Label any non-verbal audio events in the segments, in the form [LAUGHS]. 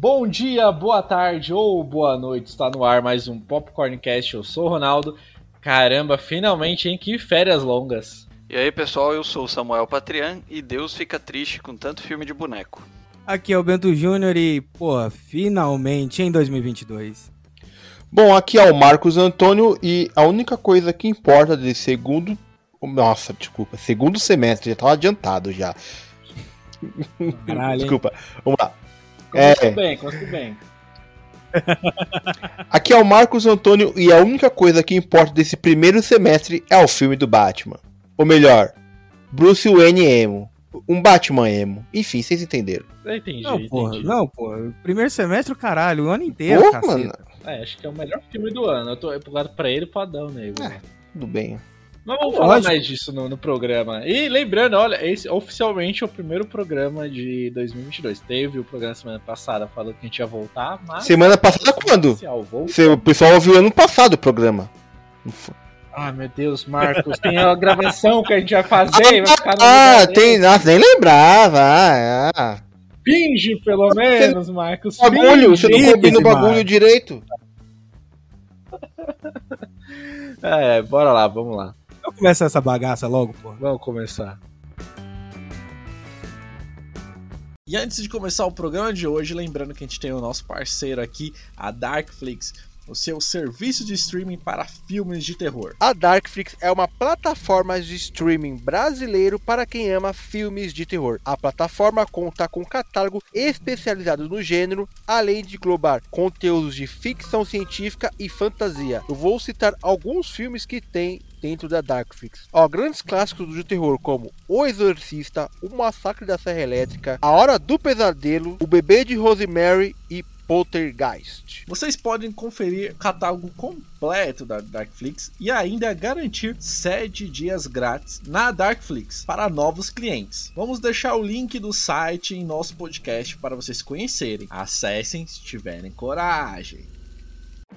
Bom dia, boa tarde ou boa noite. Está no ar mais um Popcorncast. Eu sou o Ronaldo. Caramba, finalmente, hein? Que férias longas. E aí pessoal, eu sou o Samuel Patrian e Deus fica triste com tanto filme de boneco. Aqui é o Bento Júnior e, pô, finalmente em 2022. Bom, aqui é o Marcos Antônio e a única coisa que importa de segundo. Nossa, desculpa, segundo semestre, já tava adiantado já. Caralho, hein? desculpa, vamos lá. Começou É. bem, começou bem. Aqui é o Marcos Antônio e a única coisa que importa desse primeiro semestre é o filme do Batman. Ou melhor, Bruce Wayne emo. Um Batman emo. Enfim, vocês entenderam. Eu entendi, Não, porra, entendi. não, pô. Primeiro semestre, o caralho, o ano inteiro, Pô, caceta. mano. É, acho que é o melhor filme do ano. Eu tô empolgado pra ele e pro Adão, nego. É. Tudo bem. Mas vamos Lógico. falar mais disso no, no programa. E lembrando, olha, esse oficialmente é o primeiro programa de 2022. Teve o programa semana passada falando que a gente ia voltar, mas. Semana passada quando? Oficial, voltou. Cê- O pessoal ouviu ano passado o programa. Ah, meu Deus, Marcos, tem a gravação que a gente vai fazer e vai ficar no Ah, lugar tem. dele. Nossa, nem lembrava. Ah, ah. Finge, pelo menos, Marcos. Bagulho, finge. você não combina o demais. bagulho direito. É, bora lá, vamos lá. Então começa essa bagaça logo, pô. Vamos começar. E antes de começar o programa de hoje, lembrando que a gente tem o nosso parceiro aqui, a Darkflix, o seu serviço de streaming para filmes de terror. A Darkflix é uma plataforma de streaming brasileiro para quem ama filmes de terror. A plataforma conta com um catálogo especializado no gênero, além de englobar conteúdos de ficção científica e fantasia. Eu vou citar alguns filmes que tem dentro da Darkflix. Ó, grandes clássicos do terror como O Exorcista, O Massacre da Serra Elétrica, A Hora do Pesadelo, O Bebê de Rosemary e Poltergeist. Vocês podem conferir o catálogo completo da Darkflix e ainda garantir 7 dias grátis na Darkflix para novos clientes. Vamos deixar o link do site em nosso podcast para vocês conhecerem. Acessem se tiverem coragem.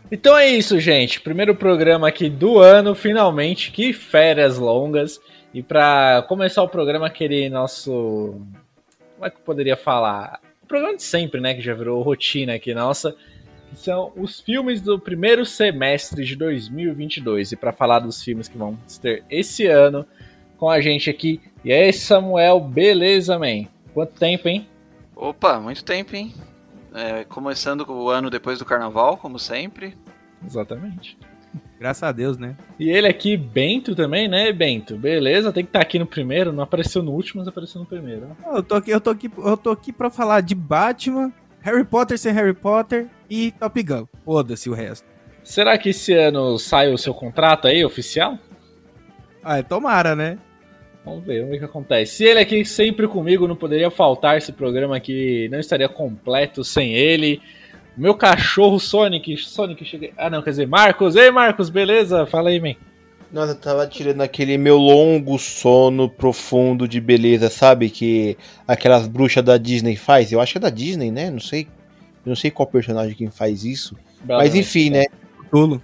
Então é isso, gente. Primeiro programa aqui do ano, finalmente. Que férias longas. E pra começar o programa, aquele nosso. Como é que eu poderia falar? O programa de sempre, né? Que já virou rotina aqui nossa. que São os filmes do primeiro semestre de 2022. E pra falar dos filmes que vão ter esse ano com a gente aqui. E aí, Samuel, beleza, man? Quanto tempo, hein? Opa, muito tempo, hein? É, começando o ano depois do carnaval, como sempre. Exatamente. Graças a Deus, né? E ele aqui, Bento também, né, Bento? Beleza, tem que estar aqui no primeiro, não apareceu no último, mas apareceu no primeiro. né? ó. Eu tô aqui, eu tô aqui, eu tô aqui pra falar de Batman, Harry Potter sem Harry Potter e Top Gun. Foda-se o resto. Será que esse ano sai o seu contrato aí, oficial? Ah, é tomara, né? Vamos ver, vamos ver o que acontece. E ele aqui sempre comigo, não poderia faltar esse programa aqui, não estaria completo sem ele. Meu cachorro Sonic, Sonic chega. Ah, não, quer dizer, Marcos. Ei, Marcos, beleza? Fala aí, man. Nossa, eu tava tirando aquele meu longo sono profundo de beleza, sabe? Que aquelas bruxas da Disney faz. Eu acho que é da Disney, né? Não sei. Eu não sei qual personagem quem faz isso. Mas enfim, né? Tulo.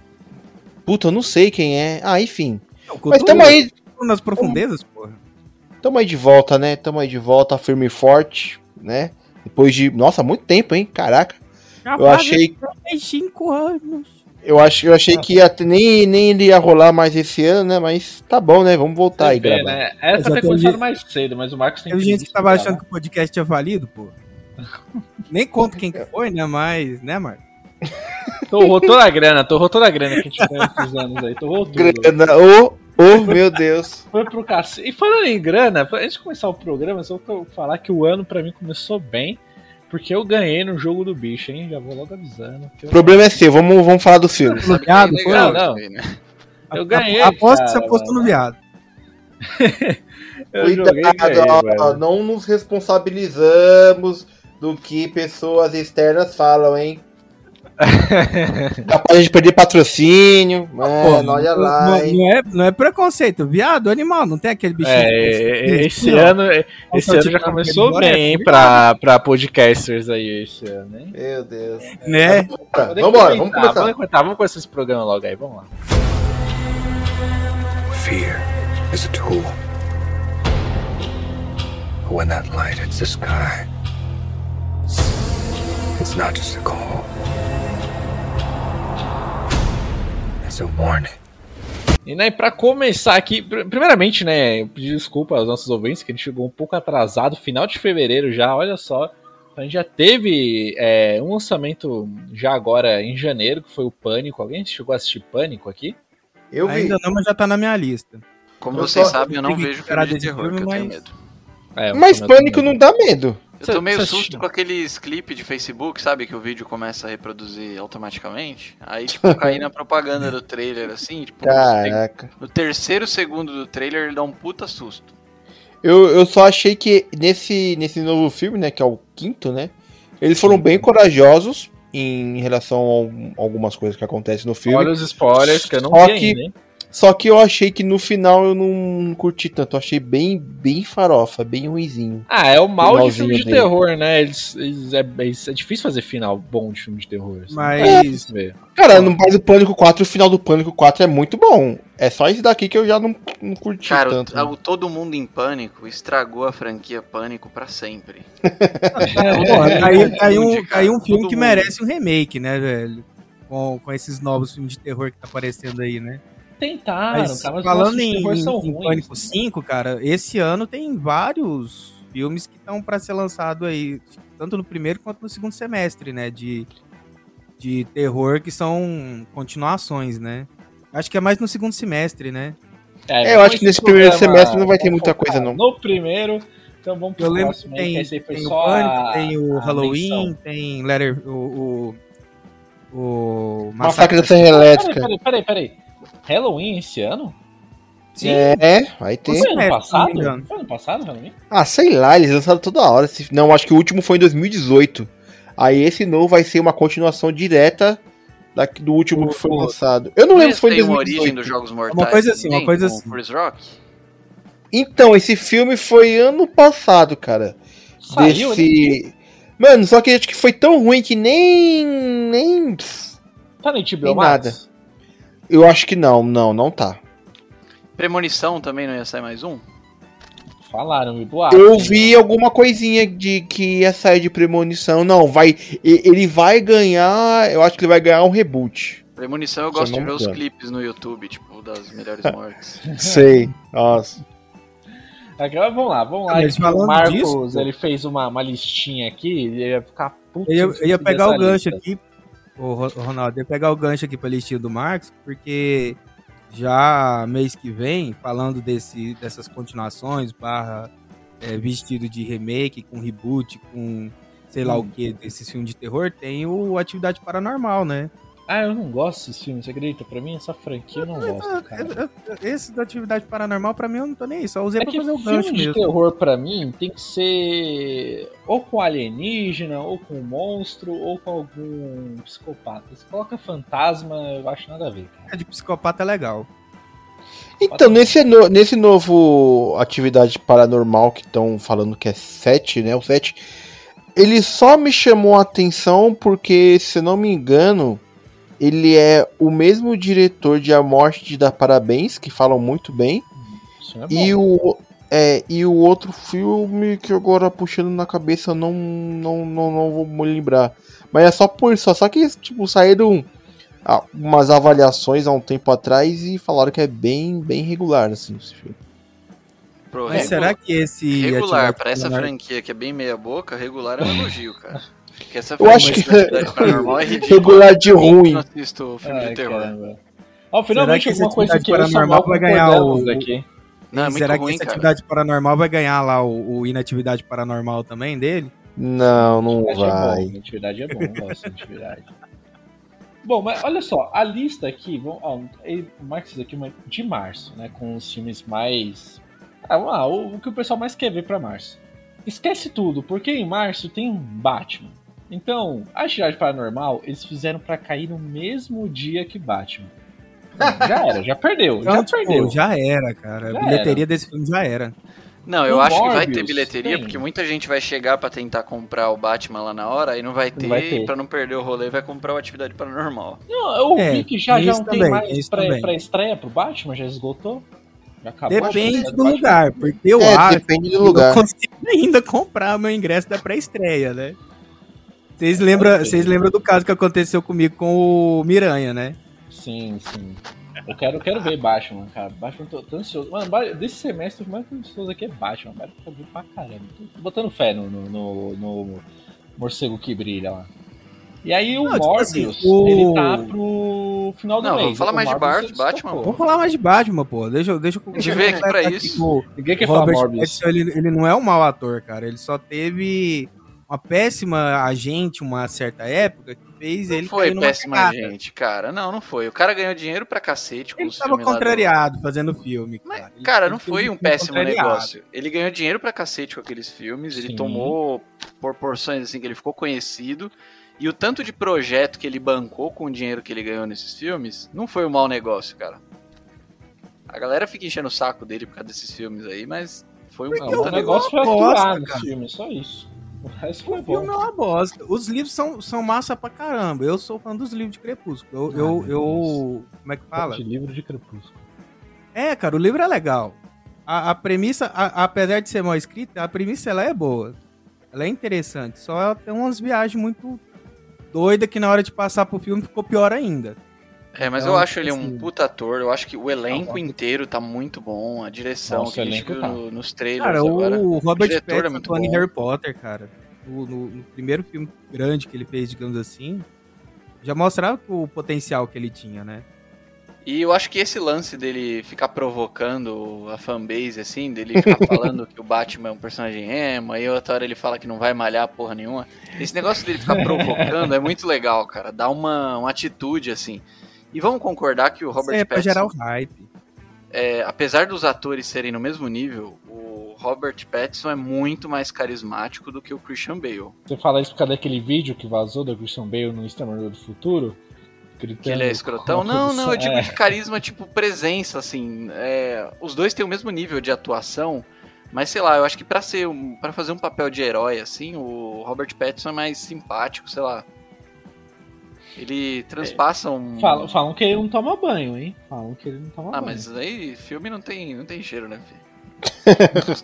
Puta, eu não sei quem é. Ah, enfim. Mas tamo aí, Nas profundezas, porra. tamo aí de volta, né? Tamo aí de volta, firme e forte, né? Depois de. Nossa, muito tempo, hein? Caraca. Eu achei. Tem cinco anos. Eu, ach, eu achei que ia ter- nem, nem ele ia rolar mais esse ano, né? Mas tá bom, né? Vamos voltar aí, Você vê, gravar. né? Era pra Exato, ter eu começado vi- mais cedo, mas o Marcos tem Teve gente que estudar, tava né? achando que o podcast tinha valido, pô. Nem conto quem [LAUGHS] que foi, né? Mas, né, Marcos? Torrou toda a grana, torrou toda a grana que a gente ganhou esses anos aí, torrou tudo. Grana, ô, ô, meu Deus. Foi pro cacete. E falando em grana, antes de começar o programa, só vou falar que o ano pra mim começou bem, porque eu ganhei no jogo do bicho, hein? Já vou logo avisando. que O eu- problema é seu, vamos, vamos falar do filme. Sabe que Bloqueado, é foi? legal Não, isso aí, né? Eu ganhei, Aposto que você cara, apostou no viado. Eu joguei e ganhei, ó, velho. não nos responsabilizamos do que pessoas externas falam, hein? Capaz de perder patrocínio, mano, Pô, Ah, olha não- lá, Não, hein? não é, não é preconceito, viado, animal, não tem aquele bichinho. É, que- é, é, esse Não, ano, não, esse não, ano já tipo, começou embora, bem, hein, é, pra, pra podcasters aí esse ano, hein? Meu Deus. Né? Vambora, Podem vambora, vamos comentar, começar. Vamos comentar, vamos começar esse programa logo aí, vamos lá. Fear is a tool. But when that light hits the sky, it It's not just a call, it's a warning. E né, para começar aqui, pr- primeiramente, né, eu pedi desculpa aos nossos ouvintes que a gente chegou um pouco atrasado, final de fevereiro já, olha só. A gente já teve é, um lançamento já agora em janeiro, que foi o Pânico. Alguém chegou a assistir Pânico aqui? Eu vi. Ainda não, mas já tá na minha lista. Como Eu vocês só- sabem, eu não eu vejo quero filme de desse terror, filme, que eu tenho mas- medo. É, eu Mas também pânico não dá medo. Eu Você- tô meio você susto assistiu? com aqueles clipes de Facebook, sabe? Que o vídeo começa a reproduzir automaticamente. Aí, tipo, eu caí na propaganda do trailer, assim, tipo, Caraca. no terceiro segundo do trailer ele dá um puta susto. Eu, eu só achei que nesse, nesse novo filme, né, que é o quinto, né, eles foram bem corajosos em relação a algumas coisas que acontecem no filme. Olha os spoilers que eu não Só vi que- ainda, hein? Só que eu achei que no final eu não curti tanto. Eu achei bem, bem farofa, bem ruizinho. Ah, é o mal de Finalzinho filme de dele. terror, né? Eles, eles- é, é- é difícil fazer final bom de filme de terror. assim. Mas- É, ver. Cara, no mais do Pânico 4, o final do Pânico 4 é muito bom. É só esse daqui que eu já não, não curti Cara, tanto. né? o, o Todo Mundo em Pânico estragou a franquia Pânico pra sempre. É, É, Pô, caiu, caiu, um, Cara, caiu um filme todo que mundo. merece um remake, né, velho? Com, com esses novos filmes de terror que tá aparecendo aí, né? Tentaram, Mas, cara, mas os falando filmes em, de terror em, são em ruins. Pânico 5, cara, esse ano tem vários filmes que estão pra ser lançado aí, tanto no primeiro quanto no segundo semestre, né? De, de terror que são continuações, né? Acho que é mais no segundo semestre, né? É, eu acho que esse nesse primeiro programa semestre não vai ter vamos muita focar coisa, não. No primeiro, então vamos pro Eu lembro que próximo aí, tem, esse aí foi tem o só Pânico, a- tem o a Halloween, menção. tem Letter, o, o, o Massacre da Serra Elétrica. Peraí, peraí, peraí. peraí. Halloween esse ano? Sim, É, vai ter. Foi ano semestre, se não passado? me engano. Foi ano passado, Halloween? Ah, sei lá, eles lançaram toda hora. esse- Não, acho que o último foi em 2018. Aí esse novo vai ser uma continuação direta da- do último que foi O- lançado. Eu não lembro se foi em tem uma origem 2018. dos Jogos Mortais. Uma coisa assim, não uma tem? coisa Com o assim. Chris Rock? Então, esse filme foi ano passado, cara. Saiu, né? desse... Mano, só que acho que foi tão ruim que nem. nem. pff, Tá no HBO Tem Max? Eu acho que não, não, não tá. Premonição também não ia sair mais um? Falaram, me boaram. Eu vi alguma coisinha de que ia sair de premonição. Não, vai. e- Ele vai ganhar. Eu acho que ele vai ganhar [LAUGHS] um reboot. Premonição eu Se eu gosto de não ver me os engano. clipes no YouTube, tipo, das [LAUGHS] melhores mortes. Sei. Nossa. Agora vamos lá, vamos lá. então. Mas que o falando Marcos, é, disso, pô. ele fez uma, uma listinha aqui, ele ia ficar puto. Eu ia, eu ia dessa pegar o gancho lista. aqui, ô, Ro- ô, Ronaldo, eu ia pegar o gancho aqui pra listinha do Marcos, porque já mês que vem, falando desse, dessas continuações, barra é, vestido de remake, com reboot, com sei lá Hum. o que, desses filmes de terror, tem o Atividade Paranormal, né? Ah, eu não gosto desses filmes, você acredita? Pra mim, essa franquia eu não É, gosto, cara. Esse da Atividade Paranormal, pra mim, eu não tô nem aí, só usei É pra que fazer o filme gancho de mesmo. terror pra mim tem que ser ou com alienígena, ou com monstro, ou com algum psicopata. Se coloca fantasma, eu acho nada a ver, cara. É, De psicopata é legal. Então, nesse, no- nesse novo atividade paranormal que estão falando que é 7, né? O 7. Ele só me chamou a atenção porque, se eu não me engano, ele é o mesmo diretor de A Morte de Dar Parabéns, que falam muito bem. Isso não é E bom. o, é, e o outro filme que agora puxando na cabeça eu não, não, não, não vou me lembrar. Mas é só por só. Só que tipo, saíram ah, umas avaliações há um tempo atrás e falaram que é bem, bem regular assim, esse filme. Pro Mas regu- será que esse. regular, Atividade pra essa Paranormal- franquia que é bem meia boca, regular é um elogio, cara. Porque essa Eu acho que- da Atividade Paranormal é ridícula. [LAUGHS] Regular de Eu não ruim. assisto filme Ai, de terror. caramba. Ó, finalmente Será que alguma esse coisa Atividade que eu e o Samuel Paranormal vai ganhar concordamos o- aqui. Não, é muito Será que ruim, essa cara. atividade paranormal vai ganhar lá o, o inatividade paranormal também dele? Não, não Atividade É vai. bom, atividade é bom, eu gosto de atividade. Bom, mas olha só, a lista aqui, vamos, ó, ele- o Marcos fez aqui uma de março, né? Com os filmes mais. Ah, vamos lá, o, o que o pessoal mais quer ver pra março. Esquece tudo, porque em março tem um Batman. Então, a atividade paranormal, eles fizeram pra cair no mesmo dia que [LAUGHS] Batman. Já era, já perdeu, já Então, tipo, perdeu. já era, cara. Já a bilheteria desse filme já era. Não, eu No acho que vai Morbius, ter bilheteria, tem. porque muita gente vai chegar pra tentar comprar o Batman lá na hora e não vai ter, vai ter. e pra não perder o rolê, vai comprar o Atividade Paranormal. Não, eu ouvi É, que já, já isso não tem também, mais isso pra, também. pra estreia pro Batman, já esgotou? Já Ah, acabou? Depende Já do lugar, porque eu É, acho depende que do lugar. eu consigo ainda comprar meu ingresso da pré-estreia, né? Vocês lembram, vocês lembram do caso que aconteceu comigo com o Miranha, né? Sim, sim. Eu quero, eu quero ver Batman, cara. Batman, tô, tô ansioso. Mano, Ba- desse semestre, o mais que eu tô ansioso aqui é Batman. Batman tá bom pra caramba. Tô botando fé no, no, no- no morcego que brilha lá. E aí o Não, tipo Morbius, assim, o- ele tá pro final do Não, mês. vamos falar O mais de Morbius, é Bart- ele Batman. estocou. Vamos falar mais de Batman, pô. Deixa, eu- deixa eu... tá gente veio aqui pra isso. O Ninguém é quer falar Robert Morbius. Pattinson, ele, ele não é um mau ator, cara. Ele só teve uma péssima agente, uma certa época, que fez ele Não foi cair numa péssima cagada. gente, cara. Não, não foi. O cara ganhou dinheiro pra cacete com Ele os tava filmes lá do- contrariado fazendo filme, cara. um Mas, Ele- cara, ele não fez foi um filme péssimo contrariado. negócio. Ele ganhou dinheiro pra cacete com aqueles filmes, ele Sim. tomou proporções assim que ele ficou conhecido. E o tanto de projeto que ele bancou com o dinheiro que ele ganhou nesses filmes, não foi um mau negócio, cara. A galera fica enchendo o saco dele por causa desses filmes aí, mas foi um Porque Não, puta o negócio foi gosto, atuar no é cara. filme, só isso. O resto foi O filme é bom. uma bosta. Os livros são, são massa pra caramba. Eu sou fã dos livros de Crepúsculo. Eu, eu, Ah, meu eu- Como é que fala? De livro de crepúsculo. É, cara, o livro é legal. A, a premissa, a- apesar de ser mal escrita, a premissa ela é boa. Ela é interessante. Só ela tem umas viagens muito doidas que na hora de passar pro filme ficou pior ainda. É, mas Então, eu acho ele assim, um puta ator. Eu acho que o elenco Não, inteiro tá muito bom, a direção Nossa, que a gente elenco viu tá. no- nos trailers Cara, agora. o Robert diretor é Pattinson muito atuando em bom. Harry Potter, cara. No, no- no primeiro filme grande que ele fez, digamos assim, já mostrava o potencial que ele tinha, né? E eu acho que esse lance dele ficar provocando a fanbase, assim, dele [LAUGHS] ficar falando que o Batman é um personagem emo, aí outra hora ele fala que não vai malhar porra nenhuma. Esse negócio dele [LAUGHS] ficar provocando é muito legal, cara. Dá uma, uma atitude, assim. E vamos concordar que o Isso Robert é pra Pattinson, gerar o hype. é, apesar dos atores serem no mesmo nível, o Robert Pattinson é muito mais carismático do que o Christian Bale. Você fala isso por causa daquele vídeo que vazou da Christian Bale no Exterminador do Futuro? Gritando Que ele é escrotão? com a Não, não, eu produção. é. digo de carisma, tipo, presença, assim. é, os dois têm o mesmo nível de atuação, mas sei lá, eu acho que pra, ser um, pra fazer um papel de herói, assim, o Robert Pattinson é mais simpático, sei lá. Ele transpassa um. É. Falam, falam que ele não toma banho, hein? Falam que ele não toma Ah, banho. mas aí filme não tem, não tem cheiro, né, filho?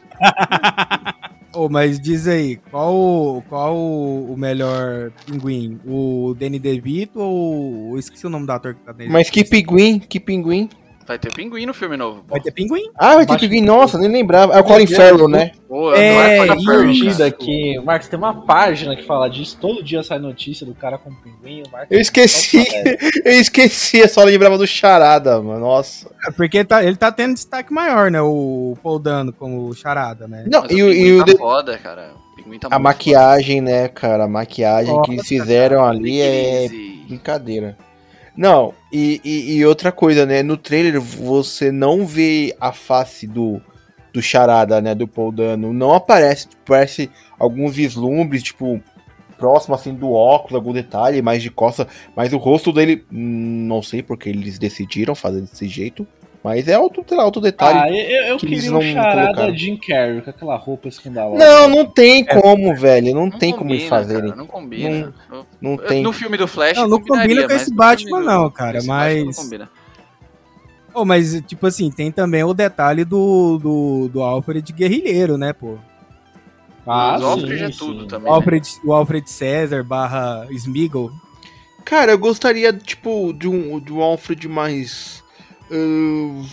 Ô, mas diz aí, qual, o- qual o o melhor pinguim? O Danny DeVito ou. eu Esqueci o nome do ator que tá dentro. Mas que pinguim, que pinguim. Vai ter pinguim no filme novo. Vai ter pinguim. Ah, mas que Baixo- pinguim, nossa, nem lembrava. É o Colin Farrell, né? Pô, É, não é pra isso. Fergie, Corrigida aqui. assim, Marcos, tem uma página que fala disso. Todo dia sai notícia do cara com pinguim. o Marcos- É, [LAUGHS] Eu esqueci. Eu esqueci, eu só lembrava do Charada, mano. Nossa. É, Porque tá- ele tá tendo destaque maior, né? O Paul Dano como charada, né? Não, Mas e o o, pinguim e o tá de- foda, cara. O pinguim tá a maquiagem, né, cara? A maquiagem que eles Nossa, fizeram ali é é. brincadeira. Não, e, e- e outra coisa, né? No trailer você não vê a face do, do Charada, né? Do Paul Dano. Não aparece, tipo, parece alguns vislumbres, tipo, próximo assim do óculos, algum detalhe, mais de costa. Mas o rosto dele, hum, não sei porque eles decidiram fazer desse jeito. Mas é outro, sei lá, outro Ah, detalhe. eu, eu- eu que eles queria não um charada colocaram. Jim Carrey com aquela roupa escandalosa. não, não tem como, velho. Não, tem como combina, eles fazerem. né, cara, não combina. Eu- Não Eu- tem. No filme do Flash. Não, não combinaria, combina com mas esse no Batman, filme do- não, cara, esse Batman não mas- combina. Ô, mas, tipo assim, tem também o detalhe do, do, do Alfred guerrilheiro, né, pô? Ah, Os sim, Alfred é sim. tudo O também. né? Alfred, o Alfred César barra Smiggle. Cara, eu gostaria, tipo, de um, de um Alfred mais. uh,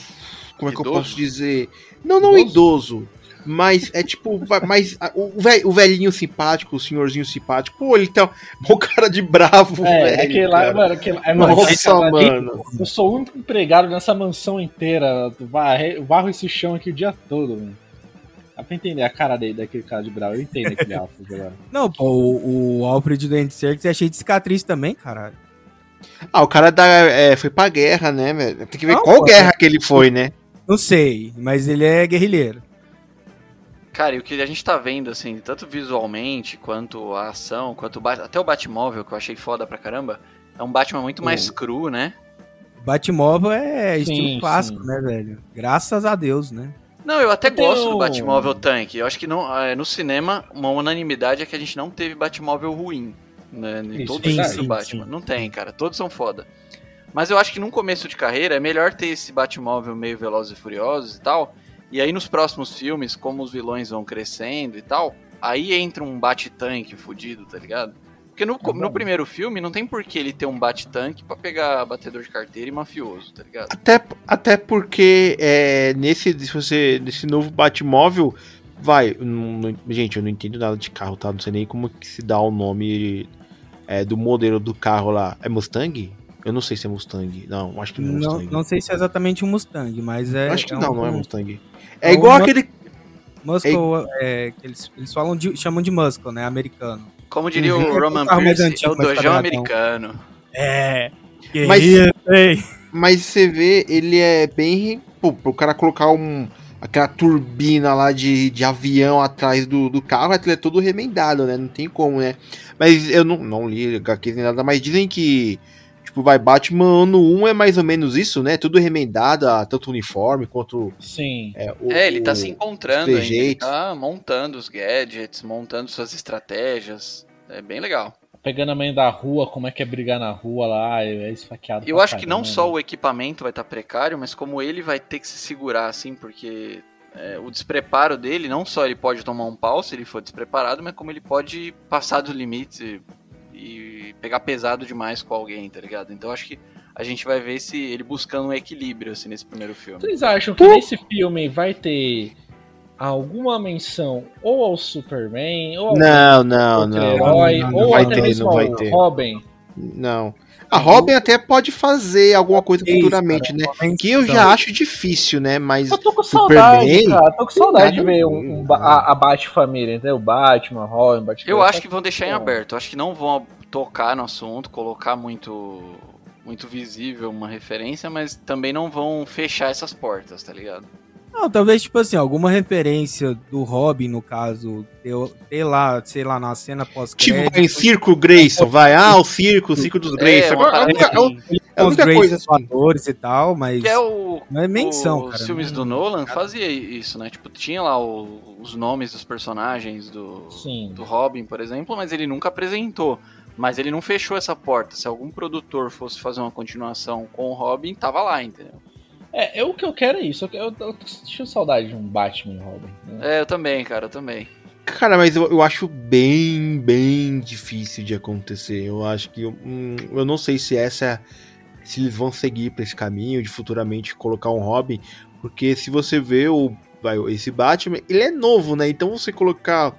como é que eu Idoso? posso dizer? Não, não idoso. Mas é tipo, [LAUGHS] vai- mais. a- O, ve- o velhinho simpático, o senhorzinho simpático. Pô, ele tá. Mó [LAUGHS] cara de bravo, É, velho. aquele lá, cara. mano, aquele, é, mano, aquele Nossa, cara ali, mano. Eu sou o único empregado nessa mansão inteira. Eu varre- eu varro esse chão aqui o dia todo, mano. Dá pra entender a cara dele, daquele cara de brau. Eu entendo [LAUGHS] aquele Alfred agora. Não, pô, o, o Alfred do Andy Serkis é cheio de cicatriz também, caralho. Ah, o cara da, é, foi pra guerra, né, velho? Tem que ver Não, qual pô, é guerra que ele foi, né? Não sei, mas ele é guerrilheiro. Cara, e o que a gente tá vendo, assim, tanto visualmente, quanto a ação, quanto o Bat- até o Batmóvel, que eu achei foda pra caramba, é um Batman muito mais cru, né? Batmóvel é Sim, estilo clássico, sim. né, velho? Graças a Deus, né? Não, eu até Tem gosto do um- Batmóvel tanque. Eu acho que não, é, no cinema, uma unanimidade é que a gente não teve Batmóvel ruim. Né? Em Isso, todos sim, os filmes sim, do Batman. sim. Não tem, cara. Todos são foda. Mas eu acho que num começo de carreira é melhor ter esse Batmóvel meio Velozes e Furiosos e tal. E aí nos próximos filmes, como os vilões vão crescendo e tal, aí entra um bate-tanque fudido, tá ligado? Porque Porque no, no primeiro filme não tem por que ele ter um bate-tanque pra pegar batedor de carteira e mafioso, tá ligado? Até, até porque é, nesse, se você, nesse novo Batmóvel, vai. não- não- gente, eu não entendo nada de carro, tá? Não sei nem como que se dá o nome é, do modelo do carro lá. É Mustang? Eu não sei se é Mustang. Não, acho que não é Não, Mustang. não sei se é exatamente um Mustang, mas é. acho que é não, um, não é Mustang. é É igual uma- aquele. Muscle, é, que eles, eles falam de, chamam de Muscle, né? Americano. Como diria Uhum. o Roman Ah, mas Pierce, é antigo, o mas dojão quadradão. americano. É. Que Mas- isso, hein? Mas você vê, ele é bem. Pô, pro cara colocar um. Aquela turbina lá de, de avião atrás do, do carro, ele é todo remendado, né? Não tem como, né? Mas eu não, não li HQs nem nada, mas dizem que. Tipo, vai, Batman ano 1 é mais ou menos isso, né? Tudo remendado, ah, tanto o uniforme quanto. Sim. É, o, É, ele tá o- se encontrando ainda, ele trejeitos. tá montando os gadgets, montando suas estratégias. É bem legal. Tá Pegando a mãe da rua, como é que é brigar na rua lá, é esfaqueado. Eu pra acho que não caramba. né? só o equipamento vai estar precário, mas como ele vai ter que se segurar, assim, porque é, o despreparo dele, não só ele pode tomar um pau se ele for despreparado, mas como ele pode passar do limite e, e pegar pesado demais com alguém, tá ligado? Então acho que a gente vai ver se ele buscando um equilíbrio, assim, nesse primeiro filme. Vocês acham que nesse filme vai ter alguma menção ou ao Superman, ou ao Não, não, outro não. herói, não, não ou vai até ter, mesmo não vai ao ter. Robin? Não. A Robin até pode fazer alguma coisa Isso, futuramente, né? Que eu já Então. acho difícil, né? Mas. Eu tô com Superman? saudade, cara. Tô com saudade de Nada ver a um, ver, um ba- né? a, a Bat-família, entendeu? Batman, Robin, Batman. Eu acho que vão deixar em Bom. aberto. Acho que não vão ab- tocar no assunto, colocar muito muito visível uma referência, mas também não vão fechar essas portas, tá ligado? Não, talvez, tipo assim, alguma referência do Robin, no caso, ter, ter lá, sei lá, na cena Tipo, É, pós-crédito. em circo Grayson, vai. Ah, o circo, o circo dos Grayson. uma Agora, parada a única- É a assim. única- tipo, a única coisa assim. atores e tal, mas Que é o não é menção, os cara. filmes do Nolan fazia isso, né? Tipo, tinha lá o- os nomes dos personagens do, assim, Sim. do Robin, por exemplo, mas ele nunca apresentou. Mas ele não fechou essa porta. Se algum produtor fosse fazer uma continuação com o Robin, tava lá, entendeu? É, eu, o que eu quero é isso. Eu, eu, eu tô sentindo saudade de um Batman e Robin. né? É, eu também, cara, eu também. Cara, mas eu, eu acho bem, bem difícil de acontecer. Eu acho que. hum, eu não sei se essa. Se eles vão seguir pra esse caminho de futuramente colocar um Robin. Porque se você vê o, vai, esse Batman, ele é novo, né? Então você colocar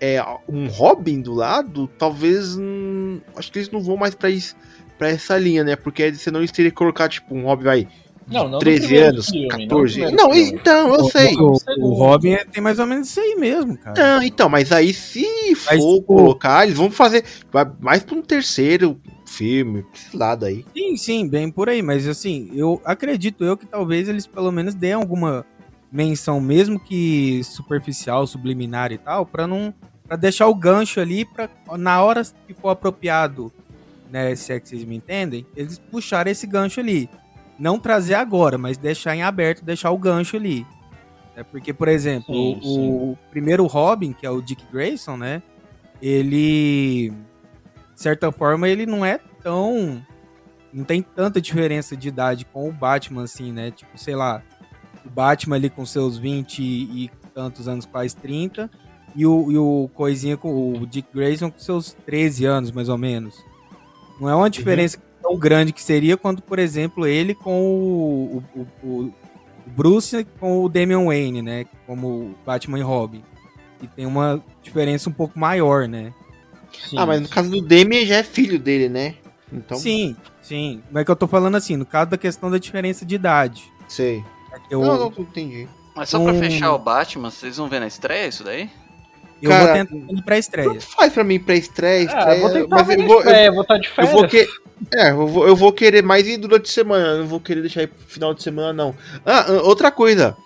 é, um Robin do lado, talvez. hum, acho que eles não vão mais pra, isso, pra essa linha, né? Porque aí você não teria que colocar, tipo, um Robin, vai. É. de Não, não no 13 primeiro anos, filme, não no 14. Não, primeiro filme. então, eu O- sei. O, o Segundo. Robin é- tem mais ou menos isso aí mesmo, cara. Não, então, mas aí se Mas, for tipo, colocar, eles vão fazer vai mais pra um terceiro filme, pra esse lado aí. Sim, sim, bem por aí, mas assim, eu acredito eu que talvez eles pelo menos deem alguma menção, mesmo que superficial, subliminar e tal, pra não para deixar o gancho ali para na hora que for apropriado, né, se é que vocês me entendem, eles puxarem esse gancho ali. Não trazer agora, mas deixar em aberto, deixar o gancho ali. É porque, por exemplo, Sim, o, o primeiro Robin, que é o Dick Grayson, né, ele de certa forma ele não é tão não tem tanta diferença de idade com o Batman, assim, né? Tipo, sei lá, o Batman ali com seus 20 e tantos anos, quase 30, e o, e o Coisinha com o Dick Grayson com seus 13 anos, mais ou menos. Não é Uhum. uma diferença tão grande que seria quando, por exemplo, ele com o, o- o- o Bruce com o Damian Wayne, né? Como Batman e Robin. E tem uma diferença um pouco maior, né? Sim. Ah, mas no caso do Demi já é filho dele, né? Então, Sim, sim. Mas é que eu tô falando assim, no caso da questão da diferença de idade. sei. É que eu, Não, não, não entendi. Mas só pra Hum. fechar o Batman, vocês vão ver na estreia isso daí? eu Cara, vou tentar ir pra estreia. Tanto faz pra mim pré-estreia, Ah, estreia, eu vou tentar mas ver eu de vou, eu, férias, vou estar de eu férias. vou que, é, eu vou, eu vou querer mais ir durante a semana, eu não vou querer deixar aí pro final de semana, não. Ah, ah, outra coisa.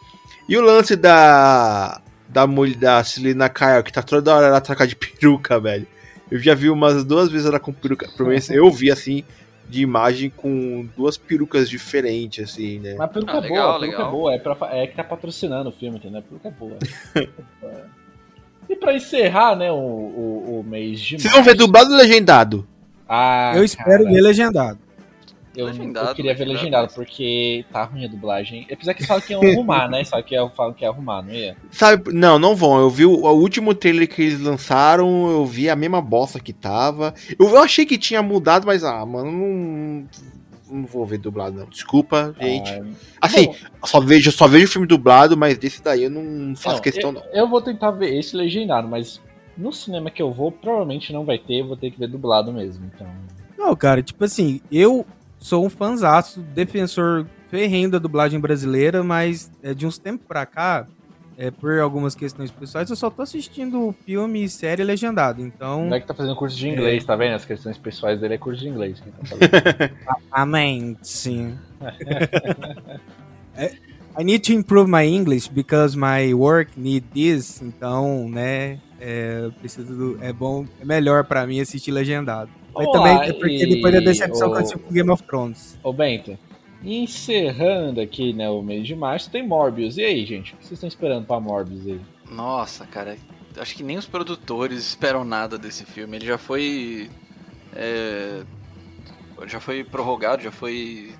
E o lance da. Da mulher da Celina Kyle, que tá toda hora ela troca de peruca, velho. Eu já vi umas duas vezes ela com peruca. Pelo menos eu vi assim, de imagem com duas perucas diferentes, assim, né? Mas a peruca Ah, é boa, legal, a peruca legal. é boa. É, pra, fa- é que tá patrocinando o filme, entendeu? A peruca é boa. É. e pra encerrar, né, o, o, o mês de Vocês vão ver dublado ou legendado? Ah, eu espero cara, ver legendado. Eu, Eu, Legendado, eu queria ver legendado. legendado, porque tá ruim a dublagem. Apesar que fala que iam arrumar, né? Só que eu falo que ia arrumar, não é? ia? Sabe, não, não vão. Eu vi o, o último trailer que eles lançaram, eu vi a mesma bosta que tava. Eu, eu achei que tinha mudado, mas ah, mano, não, não vou ver dublado não. Desculpa, gente. Ah, Assim, bom, só vejo, só vejo filme dublado, mas desse daí eu não faço não, questão então, eu, não. Eu vou tentar ver esse legendado, mas no cinema que eu vou, provavelmente não vai ter, eu vou ter que ver dublado mesmo. Então, Não, cara, tipo assim, eu sou um fanzaço, defensor ferrenho da dublagem brasileira, mas é, de uns tempos pra cá, é, por algumas questões pessoais, eu só tô assistindo filme e série legendado. o Então, moleque tá fazendo curso de inglês, tá vendo? As questões pessoais dele é curso de inglês. que ele tá fazendo. amém, sim. [LAUGHS] É, I need to improve my English because my work need this. Então, né, é, eu preciso do, é bom, é melhor pra mim assistir legendado. Mas Olá, também é porque depois da e- decepção que eu o- tive com Game of Thrones. Ô, Bento, encerrando aqui, né, o mês de março, tem Morbius. E aí, gente? O que vocês estão esperando pra Morbius aí? Nossa, cara, acho que nem os produtores esperam nada desse filme. Ele já foi. é, já foi prorrogado, já foi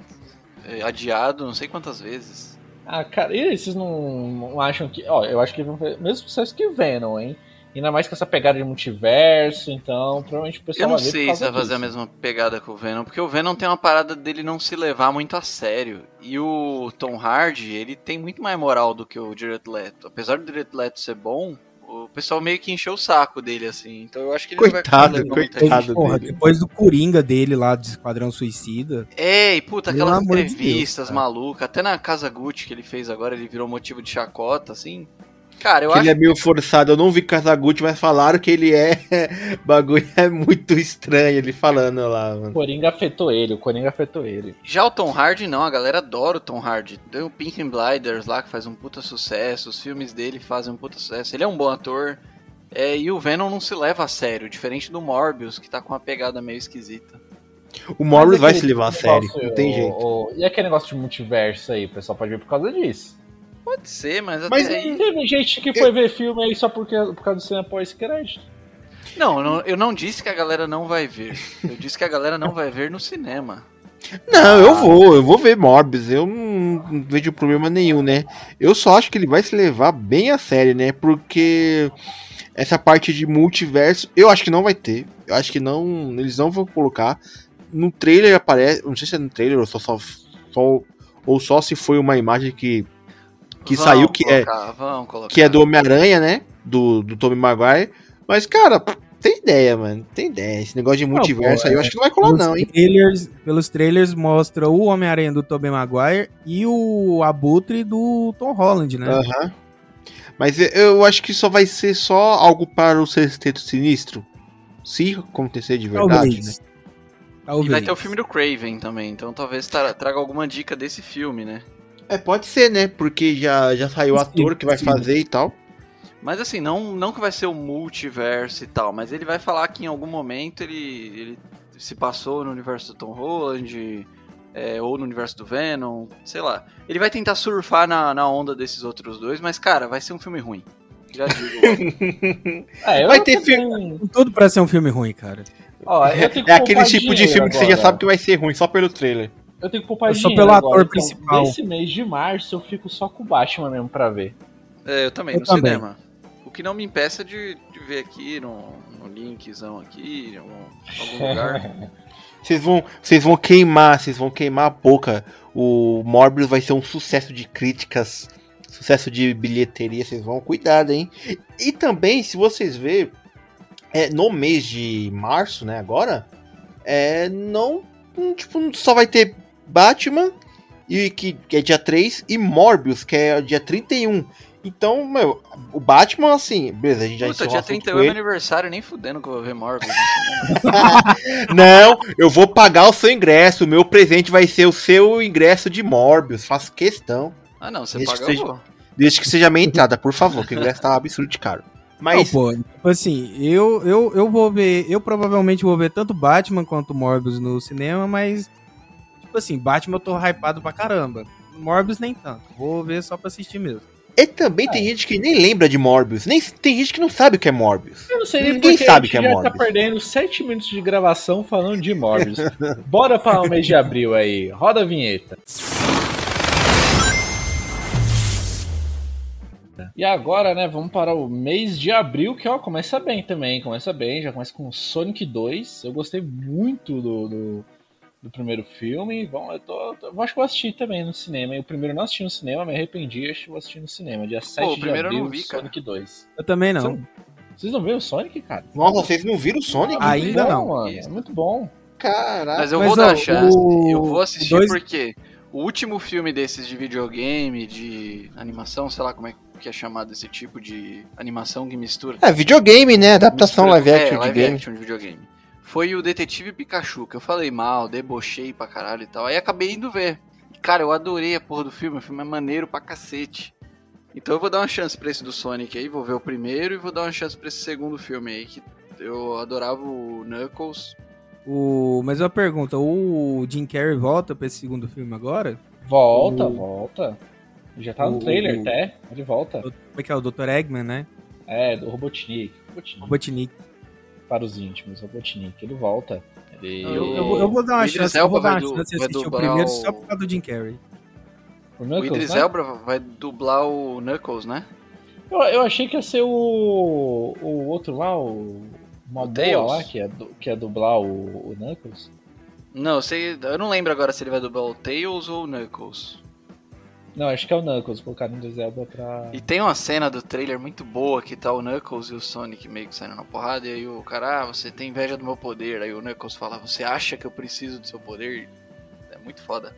é, adiado não sei quantas vezes. Ah, cara, e aí, vocês não, não acham que. Ó, eu acho que ele vai fazer o mesmo sucesso que Venom, hein? Ainda mais com essa pegada de multiverso, então provavelmente o pessoal Eu não vai ver por sei se causa vai fazer a disso. mesma pegada com o Venom, porque o Venom tem uma parada dele não se levar muito a sério. E o Tom Hardy, ele tem muito mais moral do que o Jared Leto. Apesar do Jared Leto ser bom, o pessoal meio que encheu o saco dele, assim. Então eu acho que ele Coitado, vai levar muita coitado. gente. Errado Porra, dele. depois do Coringa dele lá de Esquadrão Suicida. É, e puta, Pelo aquelas amor de Deus, entrevistas cara. malucas, até na Casa Gucci que ele fez agora, ele virou motivo de chacota, assim. Cara, eu Que acho ele é meio forçado, eu não vi Casagutti, mas falaram que ele é. [LAUGHS] bagulho é muito estranho ele falando lá, O mano. Coringa afetou ele, o Coringa afetou ele. é Já o Tom Hardy não, a galera adora o Tom Hardy. Tem o Pink and Blinders lá que faz um puta sucesso, os filmes dele fazem um puta sucesso. Ele é um bom ator. é, e o Venom não se leva a sério, diferente do Morbius, que tá com uma pegada meio esquisita. O Mas Morris é vai aquele se levar a sério, negócio, não tem o- jeito. o- e aquele negócio de multiverso aí, o pessoal pode ver por causa disso. Pode ser, mas até Mas aí. Teve gente que foi ver filme aí só porque, por causa do cinema pós-crédito. Não, eu não, eu não disse que a galera não vai ver. Eu disse que a galera não vai ver no cinema. Não, eu vou, eu vou ver Morbius, eu não não vejo problema nenhum, né? Eu só acho que ele vai se levar bem a sério, né? Porque essa parte de multiverso, eu acho que não vai ter. Eu acho que não, eles não vão colocar. No trailer aparece, não sei se é no trailer ou só, só, só- ou só se foi uma imagem que, que Vão saiu que é colocar, Vão colocar. que é do Homem-Aranha, né? Do, do Tobey Maguire. Mas, cara, tem ideia, mano. Tem ideia. Esse negócio de multiverso pô, aí, eu é. acho que não vai colar, Pelos não, hein? Trailers, pelos trailers mostra o Homem-Aranha do Tobey Maguire e o Abutre do Tom Holland, né? Aham. Mas eu- eu acho que só vai ser só algo para o sexteto sinistro. Se acontecer de Tá verdade, né? Talvez. Talvez. E vai ter o filme do Craven também, então talvez tra- traga alguma dica desse filme, né? É, pode ser, né? Porque já, já saiu o ator que vai Possível. fazer e tal. Mas assim, não, não que vai ser o multiverso e tal, mas ele vai falar que em algum momento ele, ele se passou no universo do Tom Holland, é, ou no universo do Venom, sei lá. Ele vai tentar surfar na, na onda desses outros dois, mas cara, vai ser um filme ruim. Já [LAUGHS] digo. É, eu Vai ter também- Tem Tudo pra ser um filme ruim, cara. Ó, eu tenho que É aquele poupar tipo de dinheiro filme que você já agora. sabe que vai ser ruim, só pelo trailer. Eu tenho que poupar Eu sou dinheiro pelo agora, ator então, principal. Nesse mês de março eu fico só com o Batman mesmo pra ver. É, eu também, Eu no também. cinema. O que não me impeça de, de ver aqui no, no linkzão aqui, em algum, algum lugar. Vocês vão, vocês vão queimar, vocês vão queimar a boca. O Morbius vai ser um sucesso de críticas, sucesso de bilheteria. Vocês vão, cuidado, hein? E também, se vocês verem, é, no mês de março, né? Agora, é, não, não, tipo, só vai ter Batman, e que, que é dia 3, e Morbius, que é dia 31. Então, meu, o Batman, assim, beleza, a gente [LAUGHS] já Puta, encerrou o dia assunto com 31 é meu ele. aniversário, nem fudendo que eu vou ver Marvel. Não, eu vou pagar o seu ingresso. O meu presente vai ser o seu ingresso de Morbius. Faço questão. ah não, você Desde paga que eu seja- vou. Desde que seja a minha entrada, por favor, que o ingresso tá um absurdo de caro. Mas, Não, pô, tipo assim, eu, eu, eu vou ver. Eu provavelmente vou ver tanto Batman quanto Morbius no cinema, mas. Tipo assim, Batman eu tô hypado pra caramba. Morbius nem tanto. Vou ver só pra assistir mesmo. E também tem gente que nem lembra de Morbius. Nem, tem gente que não sabe o que é Morbius. Eu não sei nem Ninguém porque sabe a que é gente já tá Morbius. perdendo 7 minutos de gravação falando de Morbius. Bora para o mês de abril aí. Roda a vinheta. E agora, né, vamos para o mês de abril, que ó, começa bem também, começa bem, já começa com Sonic 2. Eu gostei muito do, do, do primeiro filme. Bom, eu tô, tô- eu acho que vou assistir também no cinema. E o primeiro eu não assisti no cinema, me arrependi, acho que vou assistir no cinema. Dia 7 o de primeiro eu abril, não vi, cara. Sonic 2. Eu também Você não. Vocês não viram o Sonic, cara? Nossa, vocês não viram o Sonic? Ah, muito Ainda bom, não. Mano. É muito bom. Caraca. Mas eu Mas, vou ó, dar a chance. o- Eu vou assistir o dois- porque o último filme desses de videogame, de animação, sei lá como é que é chamado esse tipo de animação que mistura. É, videogame, né? Adaptação mistura- live action é, de live game. action de videogame. Foi o Detetive Pikachu, que eu falei mal, debochei pra caralho e tal. Aí acabei indo ver. E, Cara, eu adorei a porra do filme, o filme é maneiro pra cacete. Então eu vou dar uma chance pra esse do Sonic aí, vou ver o primeiro e vou dar uma chance pra esse segundo filme aí, que eu adorava o Knuckles. O... Mas uma pergunta, o Jim Carrey volta pra esse segundo filme agora? Volta, O- volta. Já tá no o- trailer o- até. Ele volta. Como é que é? O Dr. Eggman, né? É, do Robotnik. Robotnik, Robotnik. para os íntimos, Robotnik. Ele volta. Ele... Eu, O- eu vou- eu vou dar uma o Idris chance, eu vou Elba dar uma vai du- chance de vai assistir o dublar primeiro o- só por causa do Jim Carrey. O O Knuckles, Idris né? Elba vai dublar o Knuckles, né? eu, eu achei que ia ser o, o outro lá, o Maldeia Tails? lá, que ia, du- que ia dublar o, o Knuckles. Não, eu sei, eu não lembro agora se ele vai dublar o Tails ou o Knuckles. Não, acho que é o Knuckles, colocaram o Idris Elba pra... E tem uma cena do trailer muito boa que tá o Knuckles e o Sonic meio que saindo na porrada, e aí o cara, ah, você tem inveja do meu poder. Aí o Knuckles fala, você acha que eu preciso do seu poder? É muito foda.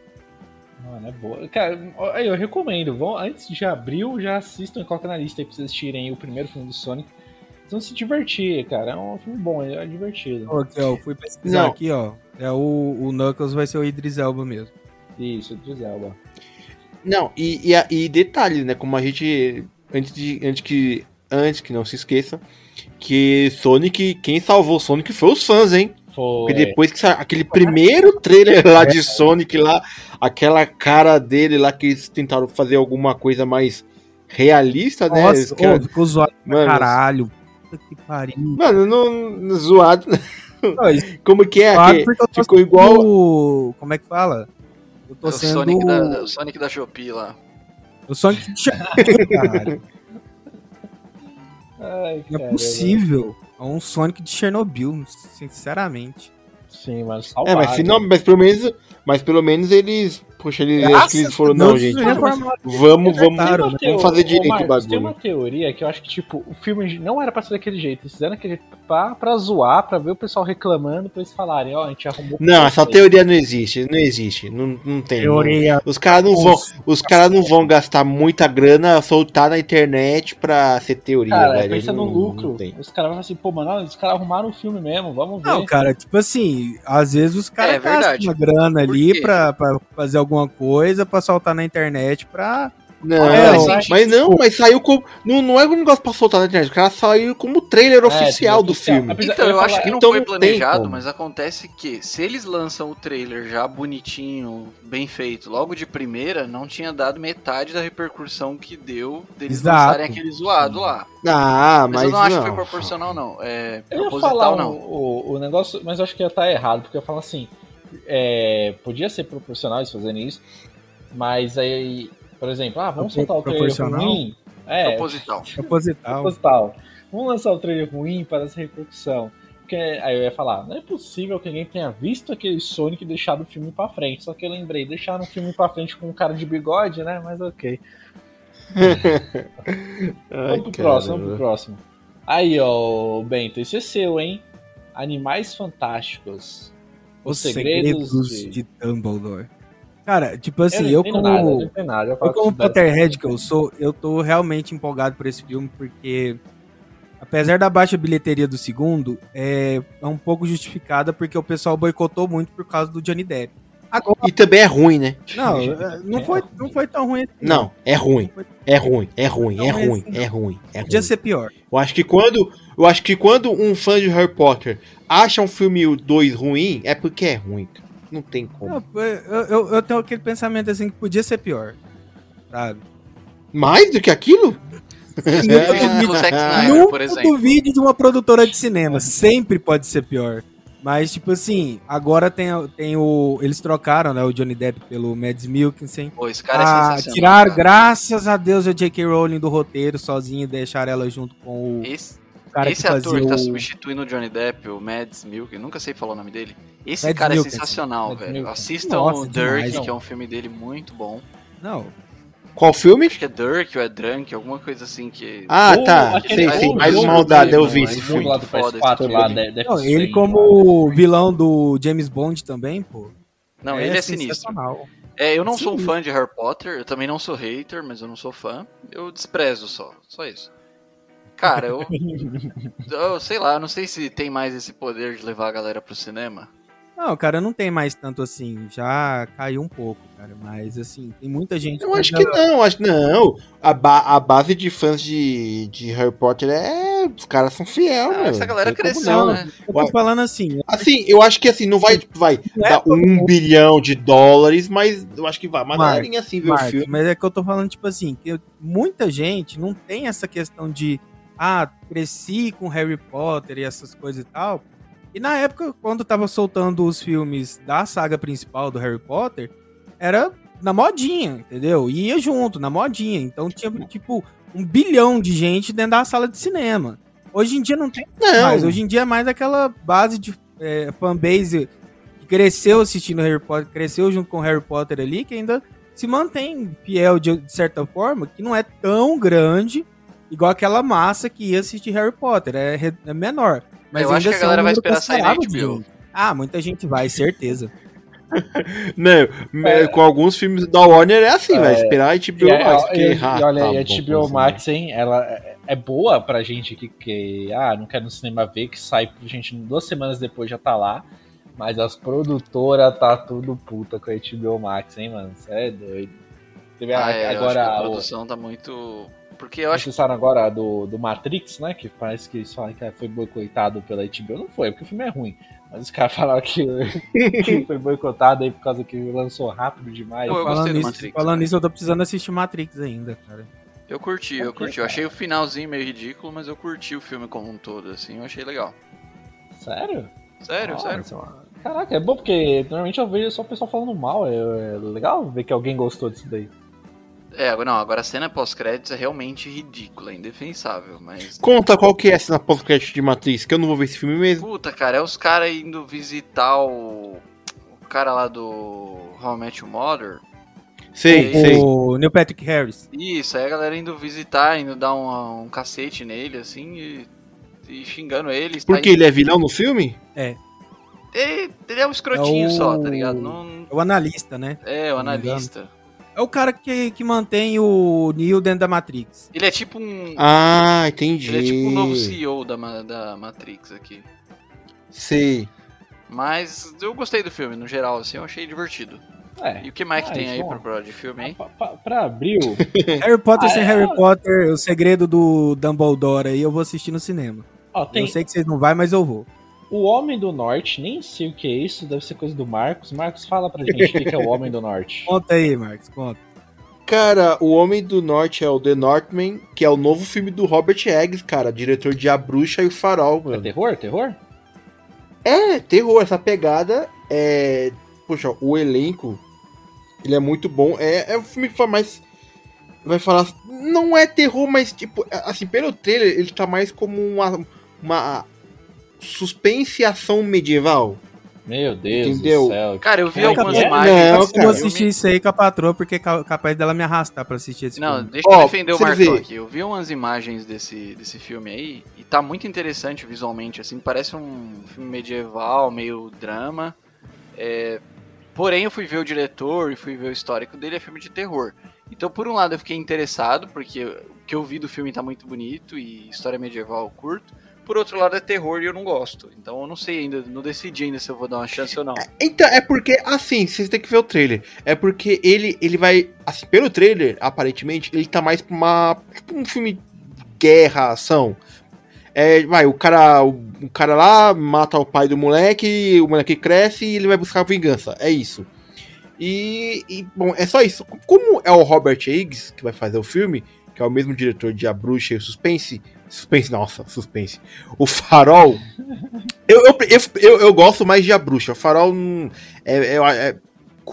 Mano, é boa. Cara, ó, aí eu recomendo. Vão, antes de abril, já assistam e coloquem na lista aí pra vocês assistirem o primeiro filme do Sonic. Vocês vão se divertir, cara. É um filme bom, é divertido. Ó, Aqui, ó, fui pesquisar Não. aqui, ó. É o, o Knuckles vai ser o Idris Elba mesmo. Isso, Idris Elba. Não, e, e, a- e detalhe, né? Como a gente. Antes, de, antes, que, antes que não se esqueça, que Sonic. Quem salvou o Sonic foi os fãs, hein? Foi. Porque É. depois que sa- aquele primeiro trailer lá de Sonic lá, aquela cara dele lá que eles tentaram fazer alguma coisa mais realista, né? Eles Nossa, querem- ô, ficou zoado pra Mano, caralho. Puta que pariu. Mano, não, não- zoado. [LAUGHS] Não, isso Como que é? claro, Que- porque eu tô ficou sendo igual- o- Como é que fala? Eu tô É o, sendo... Sonic da, o Sonic da Shopee lá. O Sonic... de [LAUGHS] Caralho, Ai, não cara, é possível. É um Sonic de Chernobyl, sinceramente. Sim, mano. É, Salvado. mas, final, mas pelo menos. Mas pelo menos eles. Poxa, eles, acho que eles foram, não, gente. reformaram. Vamos, vamos. Claro, né? Vamos fazer direito o Marcos, bagulho. Tem uma teoria que eu acho que, tipo, o filme não era pra ser daquele jeito. Eles fizeram aquele jeito pra, pra zoar, pra ver o pessoal reclamando, pra eles falarem, ó, a gente arrumou... Não, é essa teoria. teoria não existe, não existe, não, não tem. não. Os caras não vão, os caras não vão gastar muita grana soltar na internet pra ser teoria, Cara, é velho. pensa no Não- lucro. não tem. os caras vão falar assim, pô, mano, olha, os caras arrumaram o filme mesmo, vamos ver. Não, cara, tipo assim, às vezes os caras É verdade. gastam uma grana Por ali quê? pra, pra fazer alguma coisa, pra soltar na internet, pra... Não, É, não, mas- mas não, mas saiu como não, não é um negócio pra soltar na internet, o cara saiu como trailer É, oficial do oficial. filme. Apesar- Então, eu, ia falar- acho que não então foi não tem planejado, como. mas acontece que se eles lançam o trailer já bonitinho, bem feito, logo de primeira, não tinha dado metade da repercussão que deu deles Exato. lançarem aquele zoado lá. Ah, Mas, mas eu não, acho que foi não. proporcional, não. É Eu ia proposital, falar não. O, o, o negócio, mas eu acho que ia estar errado, porque eu falo assim, é, podia ser proporcional eles fazendo isso, mas aí, por exemplo, ah, vamos Pro- soltar o trailer proporcional? ruim. É, Proposital. Proposital. proposital. Vamos lançar o trailer ruim para essa repercussão. Porque aí eu ia falar, não é possível que ninguém tenha visto aquele Sonic e deixado o filme pra frente. Só que eu lembrei, deixaram o filme pra frente com um cara de bigode, né? Mas ok. Ai, Vamos pro cara. próximo, vamos pro próximo. Aí, ó, o Bento, esse é seu, hein? Animais Fantásticos. Os Os segredos, segredos de... de- Dumbledore. Cara, tipo assim, eu, não entendo como, nada, né? eu não entendo nada, eu eu falo como que isso Potterhead que eu sou, eu tô realmente empolgado por esse filme, porque apesar da baixa bilheteria do segundo, é, é um pouco justificada porque o pessoal boicotou muito por causa do Johnny Depp. Agora, E também é ruim, né? não, tá é, não foi, não foi tão ruim assim. Não, é ruim. É ruim, é ruim, é Não, mas- ruim, é ruim, é ruim. Podia ser pior. Eu acho que quando, eu acho que quando um fã de Harry Potter acha um filme 2 ruim, é porque é ruim, cara. Não tem como. Não, eu, eu- eu tenho aquele pensamento assim que podia ser pior. Sabe? Mais do que aquilo? do Zack Snyder, Ah, é, por Nunca exemplo. duvide de uma produtora de cinema. Sempre pode ser pior. Mas, tipo assim, agora tem, tem o. Eles trocaram, né? O Johnny Depp pelo Mads Mikkelsen. Pô, esse cara é Ah, sensacional. tirar, cara. graças a Deus, a J.K. Rowling do roteiro sozinha e deixar ela junto com o Esse, cara esse que ator fazia que tá o... substituindo o Johnny Depp, o Mads Milk, nunca sei falar o nome dele. Esse Mads cara Mikkelsen. é sensacional, Mads velho. Mikkelsen. Assistam o Nossa, Dirk, demais, que é um filme dele muito bom. Não, Qual filme? Acho que é Dirk ou é Drunk, alguma coisa assim que. Ah, Ou tá. aquele Sei, sei. outro Mais é jogo maldade, dele, eu mano, vi mas esse o filme. jogo lá do Foda PS4 esse lá, né? filme. Death não, ele Stranding, mano. como vilão do James Bond também, pô. Não, ele é sinistro. sensacional. É, eu não sou um Sinistro. fã de Harry Potter, eu também não sou hater, mas eu não sou fã. Eu desprezo só, só isso. Cara, eu. eu sei lá, eu não sei se tem mais esse poder de levar a galera pro cinema. Não, cara, não tem mais tanto assim. Já caiu um pouco, cara. Mas, assim, tem muita gente... Eu acho que não, acho não. A, ba- a base de fãs de, de Harry Potter é. Os caras são fiel, Ah, meu. essa galera Não tem como cresceu, não. né? Eu tô falando assim, Assim, eu acho que assim, não vai, tipo, vai Não é dar um bilhão de dólares, mas eu acho que vai. Uma Marcos, galerinha assim vê o Marcos, filme. mas é que eu tô falando, tipo assim, que eu- muita gente não tem essa questão de ah, cresci com Harry Potter e essas coisas e tal. E na época, quando tava soltando os filmes da saga principal do Harry Potter, era na modinha, entendeu? Ia junto, na modinha. Então tinha, tipo, um bilhão de gente dentro da sala de cinema. Hoje em dia não tem Não, mais. Hoje em dia é mais aquela base de é, fanbase que cresceu assistindo Harry Potter, cresceu junto com Harry Potter ali, que ainda se mantém fiel de, de certa forma, que não é tão grande igual aquela massa que ia assistir Harry Potter. É, re- é menor. Mas Eu ainda acho que a são galera um vai número esperar sair na considerável de HBO. gente. Ah, muita gente vai, certeza. não me- com alguns filmes da Warner é assim, É. vai esperar e tipo, E, aí, mais. ó, porque, e, ah, e olha tá aí, a bom, HBO assim. Max, hein? Ela é- é boa pra gente que, que ah, não quer ir no cinema ver, que sai pra gente duas semanas depois já tá lá. Mas as produtoras tá tudo puta com a HBO Max, hein, mano? Você é doido. Teve a- Ah, é, eu agora acho que a o- produção tá muito. Porque eu acho Vocês falaram agora do, do Matrix, né? Que parece que eles falaram que foi boicotado pela HBO. Não foi, porque o filme é ruim. Mas os caras [LAUGHS] falaram que, que foi boicotado aí por causa que lançou rápido demais. Pô, eu gostei falando do nisso, Matrix, falando cara. nisso, eu tô precisando assistir Matrix ainda, cara. Eu curti, eu Ok, curti. Eu cara. achei o finalzinho meio ridículo, mas eu curti o filme como um todo, assim, eu achei legal. Sério? Sério, Nossa, sério. mano. Caraca, é bom porque normalmente eu vejo só o pessoal falando mal. É, é legal ver que alguém gostou disso daí. É, agora- não, agora a cena pós-créditos é realmente ridícula, é indefensável, mas. Conta qual que é essa na podcast de Matrix, que eu não vou ver esse filme mesmo. Puta, cara, é os caras indo visitar o. O cara lá do. How I Met Your Mother. Sei, É sei. O Neil Patrick Harris. Isso, aí a galera indo visitar, indo dar um, um cacete nele, assim, e, e xingando ele. está Porque ele é vilão no filme? Ele, ele é um escrotinho É o- só, tá ligado? Não, É o analista, né? é, o não me analista. É o cara que, que mantém o Neo dentro da Matrix. Ele é tipo um. Ah, entendi. Ele é tipo o novo CEO da, Ma- da Matrix aqui. Sei. Mas eu gostei do filme, no geral, assim, eu achei divertido. É. E o que mais Ah, que tem aí isso é pro bom. pro de filme, hein? Pra, pra- pra abril, Harry Potter Ah, sem é? Harry Potter, o segredo do Dumbledore aí eu vou assistir no cinema. [LAUGHS] ó, tem Eu sei que vocês não vão, mas eu vou. O Homem do Norte, nem sei o que é isso, deve ser coisa do Marcos. Marcos, fala pra gente o que que é o Homem do [LAUGHS] Norte. Conta aí, Marcos, conta. Cara, o Homem do Norte é o The Northman, que é o novo filme do Robert Eggs, cara, diretor de A Bruxa e o Farol, É mano. terror? Terror? É, terror, essa pegada é. Poxa, o elenco, ele é muito bom. É, é um filme que fala mais. Vai falar. Não é terror, mas, tipo, assim, pelo trailer, ele tá mais como uma. uma suspense e ação medieval. Meu Deus Entendeu? do céu. Cara, eu vi É, algumas é? imagens. assim, Não, desse Eu vou cara, assistir filme. isso aí com a patroa, porque é ca- capaz dela me arrastar pra assistir esse Não, filme. deixa eu Ó, defender o pra você Marcão ver. aqui. Eu vi umas imagens desse, desse filme aí e tá muito interessante visualmente, assim, parece um filme medieval, meio drama. É, Porém, eu fui ver o diretor e fui ver o histórico dele, é filme de terror. Então, por um lado, eu fiquei interessado, porque o que eu vi do filme tá muito bonito e história medieval eu curto. Por outro lado, é terror e eu não gosto. Então, eu não sei ainda, não decidi ainda se eu vou dar uma chance ou não. Então, é porque, assim, vocês têm que ver o trailer. É porque ele, ele vai. Assim, pelo trailer, aparentemente, ele tá mais pra uma. Tipo um filme de guerra, ação. É, vai, o cara, o, o cara lá mata o pai do moleque, o moleque cresce e ele vai buscar vingança. É isso. E, e, bom, é só isso. Como é o Robert Higgs que vai fazer o filme, que é o mesmo diretor de A Bruxa e o Suspense. Suspense, nossa, suspense. [LAUGHS] O Farol. Eu, eu, eu, eu, eu gosto mais de A Bruxa. O Farol hum, é, é- é-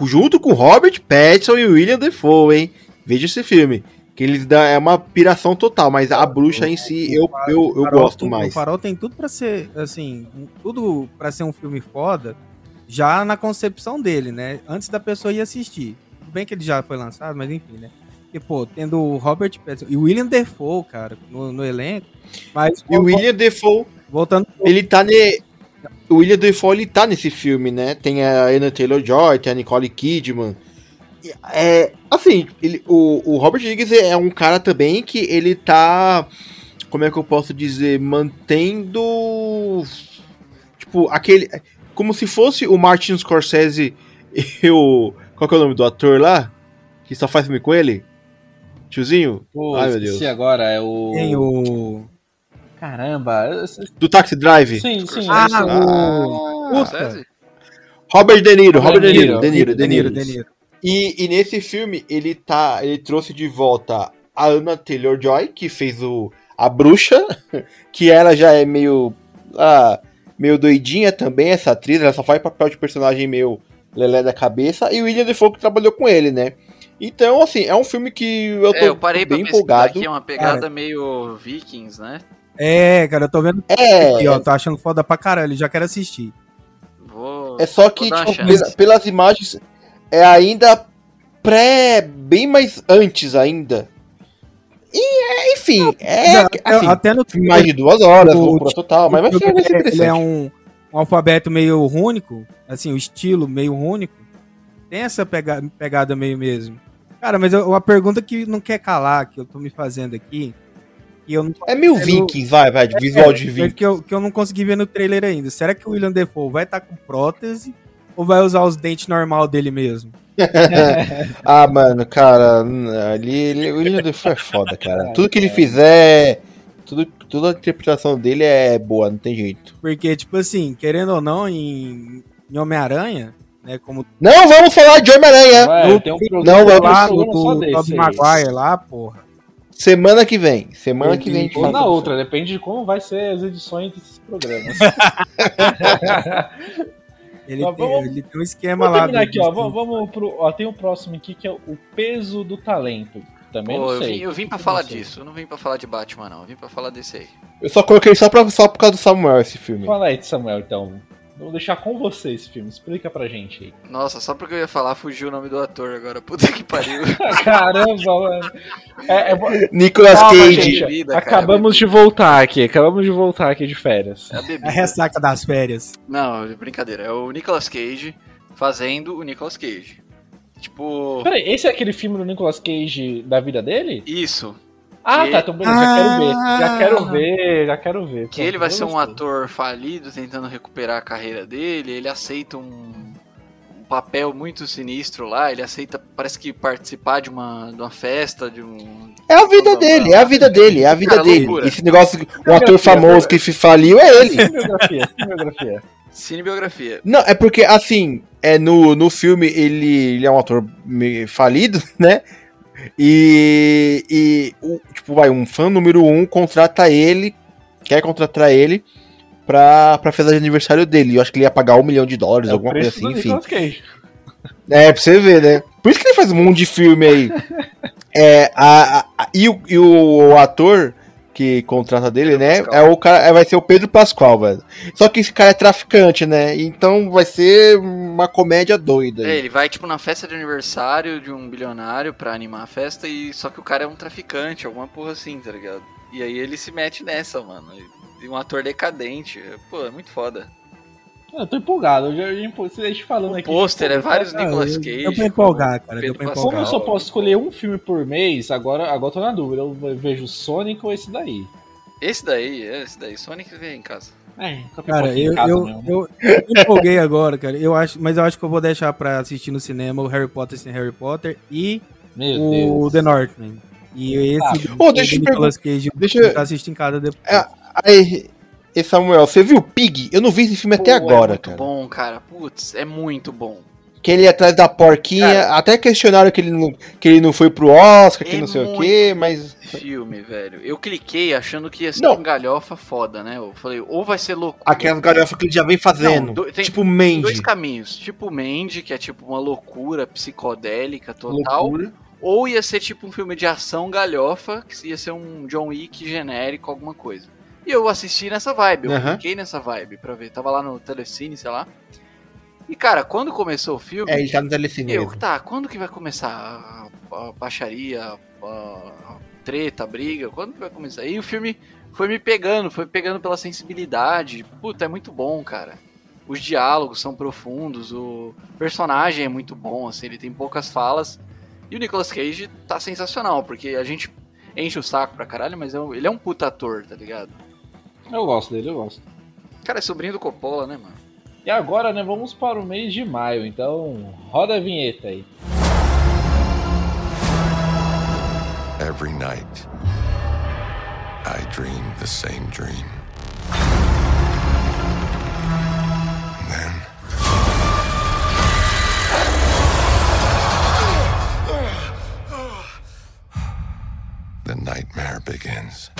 junto com Robert Pattinson e William Defoe, hein? Veja esse filme. Que eles dão, é uma piração total, mas a bruxa em si eu, eu, eu Farol gosto tem- O mais. Farol tem tudo pra ser, assim, um- tudo pra ser um filme foda, já na concepção dele, né? Antes da pessoa ir assistir. Tudo bem que ele já foi lançado, mas enfim, né? E, pô, tendo o Robert Pattinson e o William Defoe, cara, no, no elenco. Mas, E o William Defoe, voltando ele tá ne... O William Defoe, ele tá nesse filme, né? Tem a Anna Taylor-Joy, tem a Nicole Kidman. E, É, assim, ele, o, o Robert Higgins é um cara também que ele tá... Como é que eu posso dizer? Mantendo... Tipo, aquele... Como se fosse o Martin Scorsese [LAUGHS] e o... Qual que é o nome do ator lá? Que só faz filme com ele? Tiozinho? Pô, Ai, meu esqueci Deus. agora, é o... tem o. Caramba. eu- Sim, Do Taxi Drive? sim. sim é Ah, eu sei. o. Scorsese? Robert De Niro, Robert De Niro, Robert De Niro, De Niro. De Niro. E, e nesse filme, ele tá. Ele trouxe de volta a Anna Taylor Joy, que fez o A Bruxa, [LAUGHS] que ela já é meio. ah, meio doidinha também, essa atriz, ela só faz papel de personagem meio lelé da cabeça, e o William Defoe que trabalhou com ele, né? Então, assim, é um filme que eu tô É, eu parei pra bem pesquisar empolgado. aqui, é uma pegada Cara. meio Vikings, né? É, cara, eu tô vendo É, aqui, ó. Tô achando foda pra caralho, já quero assistir. Vou... É só que, Vou dar uma tipo, chance. pela- pelas imagens, é ainda pré. bem mais antes ainda. E, é, enfim, é. Já- assim, até no filme. mais de duas horas, o- loucura total, mas vai ser, vai ser ele, interessante. é um, um alfabeto meio rúnico, assim, o estilo meio rúnico. Tem essa pega- pegada meio mesmo. Cara, mas eu- uma pergunta que não quer calar, que eu tô me fazendo aqui, que eu não, É meio é Vikings, vai, vai, de visual de mas Vikings. que eu, que eu não consegui ver no trailer ainda. Será que o William Defoe vai estar com prótese ou vai usar os dentes normal dele mesmo? Ah, mano, cara, n- ali ele, o William Defoe é foda, cara. Tudo que ele fizer, tudo, toda a interpretação dele é boa, não tem jeito. Porque, tipo assim, querendo ou não, em, em Homem-Aranha, né, como Não vamos falar de Homem-Aranha! Vai, No- tem um não, tem um lá do, programa só do desse Tobey aí. Maguire lá, porra. Semana que vem, semana que vem a gente Ou fala na sobre outra, depende de como vai ser as edições desses [LAUGHS] programas. Ele, Mas tem, vamos- ele tem um esquema Vamos lá. terminar do- aqui, ó. Vamos, vamos pro. Ó, tem o próximo aqui que é o peso do talento. Também Pô, não eu, vim, sei. eu vim pra Eu falar não sei. disso, eu não vim pra falar de Batman, não. Eu vim pra falar desse aí. Eu só coloquei só, pra, só por causa do Samuel esse filme. Fala aí, Samuel, então. Vou deixar com você esse filme. Explica pra gente aí. [LAUGHS] Nossa, só porque eu ia falar, fugiu o nome do ator agora. [LAUGHS] Puta que pariu. Caramba, mano. É, é, Nicolas Calma, Cage. gente. Vida, cara, acabamos de voltar aqui. Acabamos de voltar aqui de férias. É a bebida. A ressaca das férias. Não, brincadeira. É o Nicolas Cage fazendo o Nicolas Cage. Tipo, Peraí, esse é aquele filme do Nicolas Cage da vida dele? isso. Ah, Que- tá. Então, beleza. Já quero ver. Já quero ver. Já quero ver. Que ele vai ser um ator falido tentando recuperar a carreira dele. Ele aceita um, um papel muito sinistro lá. Ele aceita, parece que participar de uma, de uma festa, de um. É a vida dele, é a vida dele, é a vida Cara, dele. loucura. Esse negócio, um ator famoso que se faliu é ele. Biografia, biografia. Cinebiografia. Não, é porque, assim, é no, no filme ele, ele é um ator meio falido, [LAUGHS] né? E, e o- tipo, vai, um fã número um contrata ele, quer contratar ele pra, pra fazer o aniversário dele. Eu acho que ele ia pagar um milhão de É dólares, o alguma coisa preço do assim, enfim. Nicolas Cage. É, pra você ver, né? Por isso que ele faz um monte de filme [LAUGHS] aí. É, a, a- a- e, o, e o ator que contrata dele, né? É o cara, é- vai ser o Pedro Pascoal, velho. Só que esse cara é traficante, né? Então vai ser uma comédia doida. É, aí. ele vai, tipo, na festa de aniversário de um bilionário pra animar a festa. e Só que o cara é um traficante, alguma porra assim, tá ligado? E aí ele se mete nessa, mano. E um ator decadente. Pô, é muito foda. Eu tô empolgado. Eu já eu já empo- Você deixa falando O aqui. tipo, pôster é vários Ah, Nicolas eu- Cage. deu pra empolgar, cara, deu Pedro pra Pascal. Como eu só empolgar. posso escolher um filme por mês, agora, agora eu tô na dúvida. Eu vejo Sonic ou esse daí. Esse daí, é, esse daí. Sonic vem em casa. É, Cara, eu, eu, né, eu, eu me empolguei agora, cara. Eu acho, mas eu acho que eu vou deixar pra assistir no cinema o Harry Potter sem Harry Potter e Meu o Deus. The Northman. E esse Ah, do- ô, deixa eu do te Nicolas Cage Deixa eu eu- tá assistindo em casa depois. É, Aí, e Samuel, você viu Pig? Eu não vi esse filme até Pô, agora, é muito cara. bom, cara. Putz, é muito bom. Que ele ia atrás da porquinha. Até questionaram que ele, não, que ele não foi pro Oscar, que É não sei o muito- quê, mas. Filme, velho. Eu cliquei achando que ia ser Não. um galhofa foda, né? Eu falei, ou vai ser louco. Aquelas galhofas que ele já vem fazendo. Não, do- tem- tipo Mandy. Dois caminhos. Tipo Mandy, que é tipo uma loucura psicodélica total. Loucura. Ou ia ser tipo um filme de ação galhofa, que ia ser um John Wick genérico, alguma coisa. E eu assisti nessa vibe, eu Aham. cliquei nessa vibe pra ver. Tava lá no Telecine, sei lá. E cara, quando começou o filme, É, ele tá no telecine. eu, mesmo. tá, quando que vai começar a, a baixaria, a, a treta, a briga? Quando que vai começar? E o filme foi me pegando, foi pegando pela sensibilidade. Puta, é muito bom, cara. Os diálogos são profundos, o personagem é muito bom, assim, ele tem poucas falas. E o Nicolas Cage tá sensacional, porque a gente enche o saco pra caralho, mas é um- ele é um puta ator, tá ligado? Eu gosto dele, eu gosto. Cara, é sobrinho do Coppola, né, mano? E agora, né, vamos para o mês de maio, então roda a vinheta aí. Every night, I dream the same dream. And then. The nightmare begins.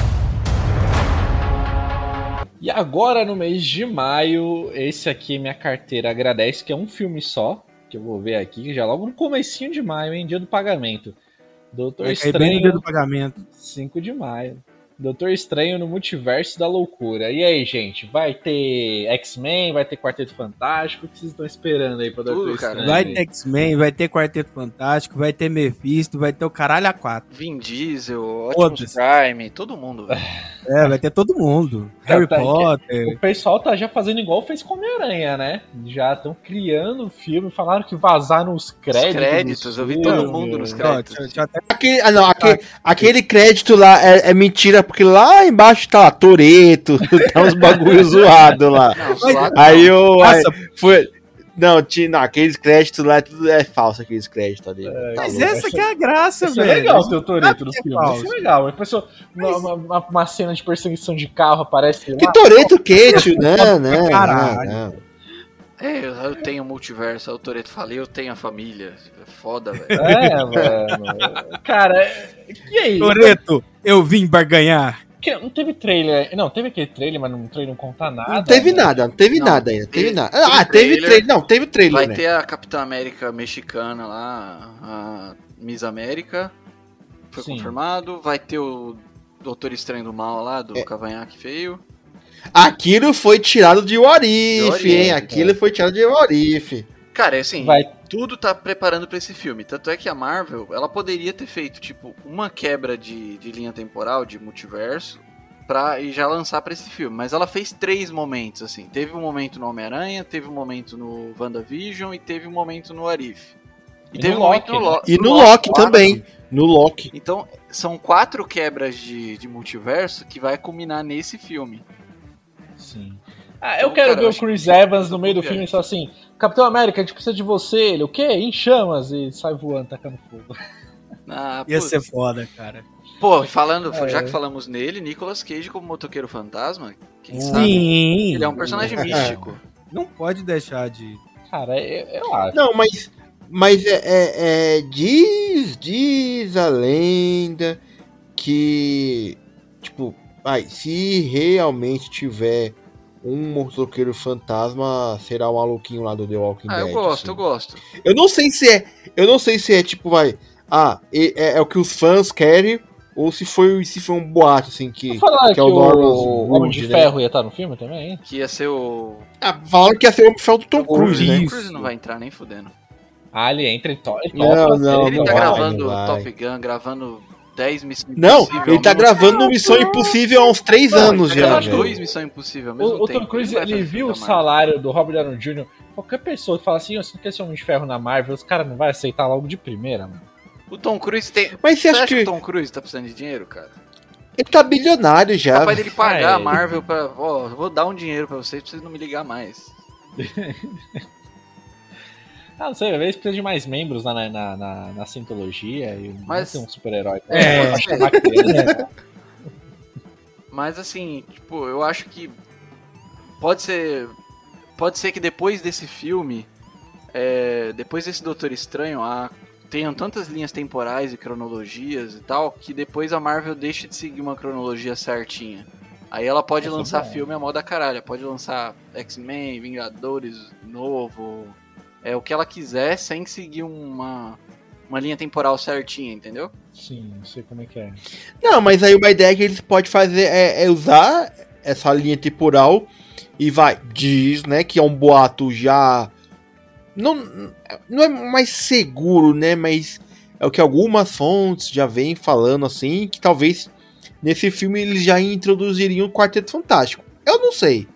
E agora, no mês de maio, esse aqui minha carteira agradece, que é um filme só, que eu vou ver aqui, já logo no comecinho de maio, hein, dia do pagamento. Doutor Aí bem no dia Estranho, do pagamento. 5 de maio. Doutor Estranho no Multiverso da Loucura. E aí, gente, vai ter X-Men, vai ter Quarteto Fantástico, o que vocês estão esperando aí pra Tudo, Doutor cara. Estranho? Vai ter X-Men, vai ter Quarteto Fantástico, vai ter Mephisto, vai ter o caralho a quatro. Vin Diesel, Optimus Foda-se. Prime, todo mundo, velho. É, vai ter todo mundo. Harry tá, Potter. O pessoal tá já fazendo igual fez com Homem-Aranha, né? Já estão criando o filme, falaram que vazaram os créditos. É, Os créditos, do eu vi todo filme. mundo nos Ó, créditos. deixa- deixa eu até Aquele, ah, não, aquele, aquele crédito lá é, é mentira, porque lá embaixo tá lá, Toreto, [LAUGHS] tá uns bagulho zoado lá. Não, Mas- zoado Aí eu. Aí, Nossa, foi, não, tinha, não, aqueles créditos lá, tudo é falso aqueles créditos ali. Tá mas louco. essa que é a graça, Isso é velho. legal ter o Toreto no que é filme. Isso falso. é legal. A pessoa, uma, uma, uma cena de perseguição de carro aparece Que lá. Toreto quente, né? né Caralho. não, não. É, eu- eu tenho o multiverso, eu Toreto falei, eu tenho a família. É foda, velho. É, mano. Cara, é, e aí? Toreto, eu vim barganhar. Que- Não teve trailer. Não, teve aquele trailer, mas não, o trailer não conta nada. Não teve né? nada, não teve Não, nada ainda, teve teve- nada. teve Ah, teve trailer. trailer, não, teve trailer, Vai né? ter a Capitã América mexicana lá, a Miss América. Foi Sim. confirmado. Vai ter o Doutor Estranho do Mal lá, do Cavanhaque Feio. Aquilo foi tirado de De é. Warif, Warif, hein? Aquilo foi tirado de Warif. Cara, é assim, Vai. tudo tá preparando pra esse filme. Tanto é que a Marvel, ela poderia ter feito, tipo, uma quebra de, de linha temporal, de multiverso, pra, e já lançar pra esse filme. Mas ela fez três momentos, assim. Teve um momento no Homem-Aranha, teve um momento no WandaVision e teve um momento no Arif. E, E teve no um momento Loki, né? no, Lo E no Loki claro. também. No Loki. Então, são quatro quebras de, de multiverso que vai culminar nesse filme. Sim. Ah, eu Então, quero cara, ver eu o acho Chris que- Evans no meio do que filme é. e só assim: Capitão América, a gente precisa de você. Ele, o quê? Em chamas. E sai voando, tacando fogo. [LAUGHS] Ah, Ia putz. ser foda, cara. Pô, falando, É. já que falamos nele, Nicolas Cage como motoqueiro fantasma, quem sabe? Sim. Ele é um [LAUGHS] personagem místico. Não pode deixar de. Cara, eu, eu acho. Não, mas. Mas é, é- é- diz, diz a lenda que. Tipo, ai, se realmente tiver um motoqueiro fantasma, será o maluquinho lá do The Walking Ah, Dead. eu gosto, assim. eu gosto. Eu não sei se é. Eu não sei se é tipo, vai. Ah, e- é, é o que os fãs querem. Ou se foi, se foi um boato, assim, que. Falar que, que é o o, Norman Homem de Wood, né? Ferro ia estar no filme também, hein? Que ia ser o. Ah, falaram que ia ser o papel do Tom Cruise, né? O Isso. Cruise não vai entrar nem fudendo. Ah, ele entra e to e topa. Não, não, ele não tá vai, gravando não vai. Top Gun, gravando 10 Missões Não, Impossível ele tá ao mesmo gravando Missão Impossível há uns três Não, anos tempo. ele tá já, né? gravou Gravando velho. dois Missões Impossíveis ao mesmo O, o tempo. Tom Cruise, vai fazer ele filme viu da o Marvel. salário do Robert Downey Jr. Qualquer pessoa que fala assim, "Ô, você não quer ser Homem de Ferro na Marvel, os caras não vão aceitar logo de primeira, mano. O Tom Cruise tem. Mas você Você acha acha que o que. Tom Cruise tá precisando de dinheiro, cara? Ele tá bilionário já. Capaz dele pagar Ah, é. a Marvel pra. Ó, vou dar um dinheiro pra vocês pra vocês não me ligar mais. Ah, não sei, às vezes precisa de mais membros lá na, na, na, na Scientologia e não Mas- tem um super-herói. É. É. Pra chamar criança. Mas assim, tipo, eu acho que. Pode ser. Pode ser que depois desse filme. é, depois desse Doutor Estranho, a, tenham tantas linhas temporais e cronologias e tal, que depois a Marvel deixa de seguir uma cronologia certinha. Aí ela pode Essa lançar é boa. filme a moda caralho, pode lançar X-Men, Vingadores, novo, é o que ela quiser, sem seguir uma, uma linha temporal certinha, entendeu? Sim, não sei como é que é. Não, mas aí uma ideia que eles podem fazer é, é usar essa linha temporal e vai. Diz, né, que é um boato já. Não, não é mais seguro, né? Mas é o que algumas fontes já vêm falando assim, que talvez nesse filme eles já introduziriam o Quarteto Fantástico. Eu não sei.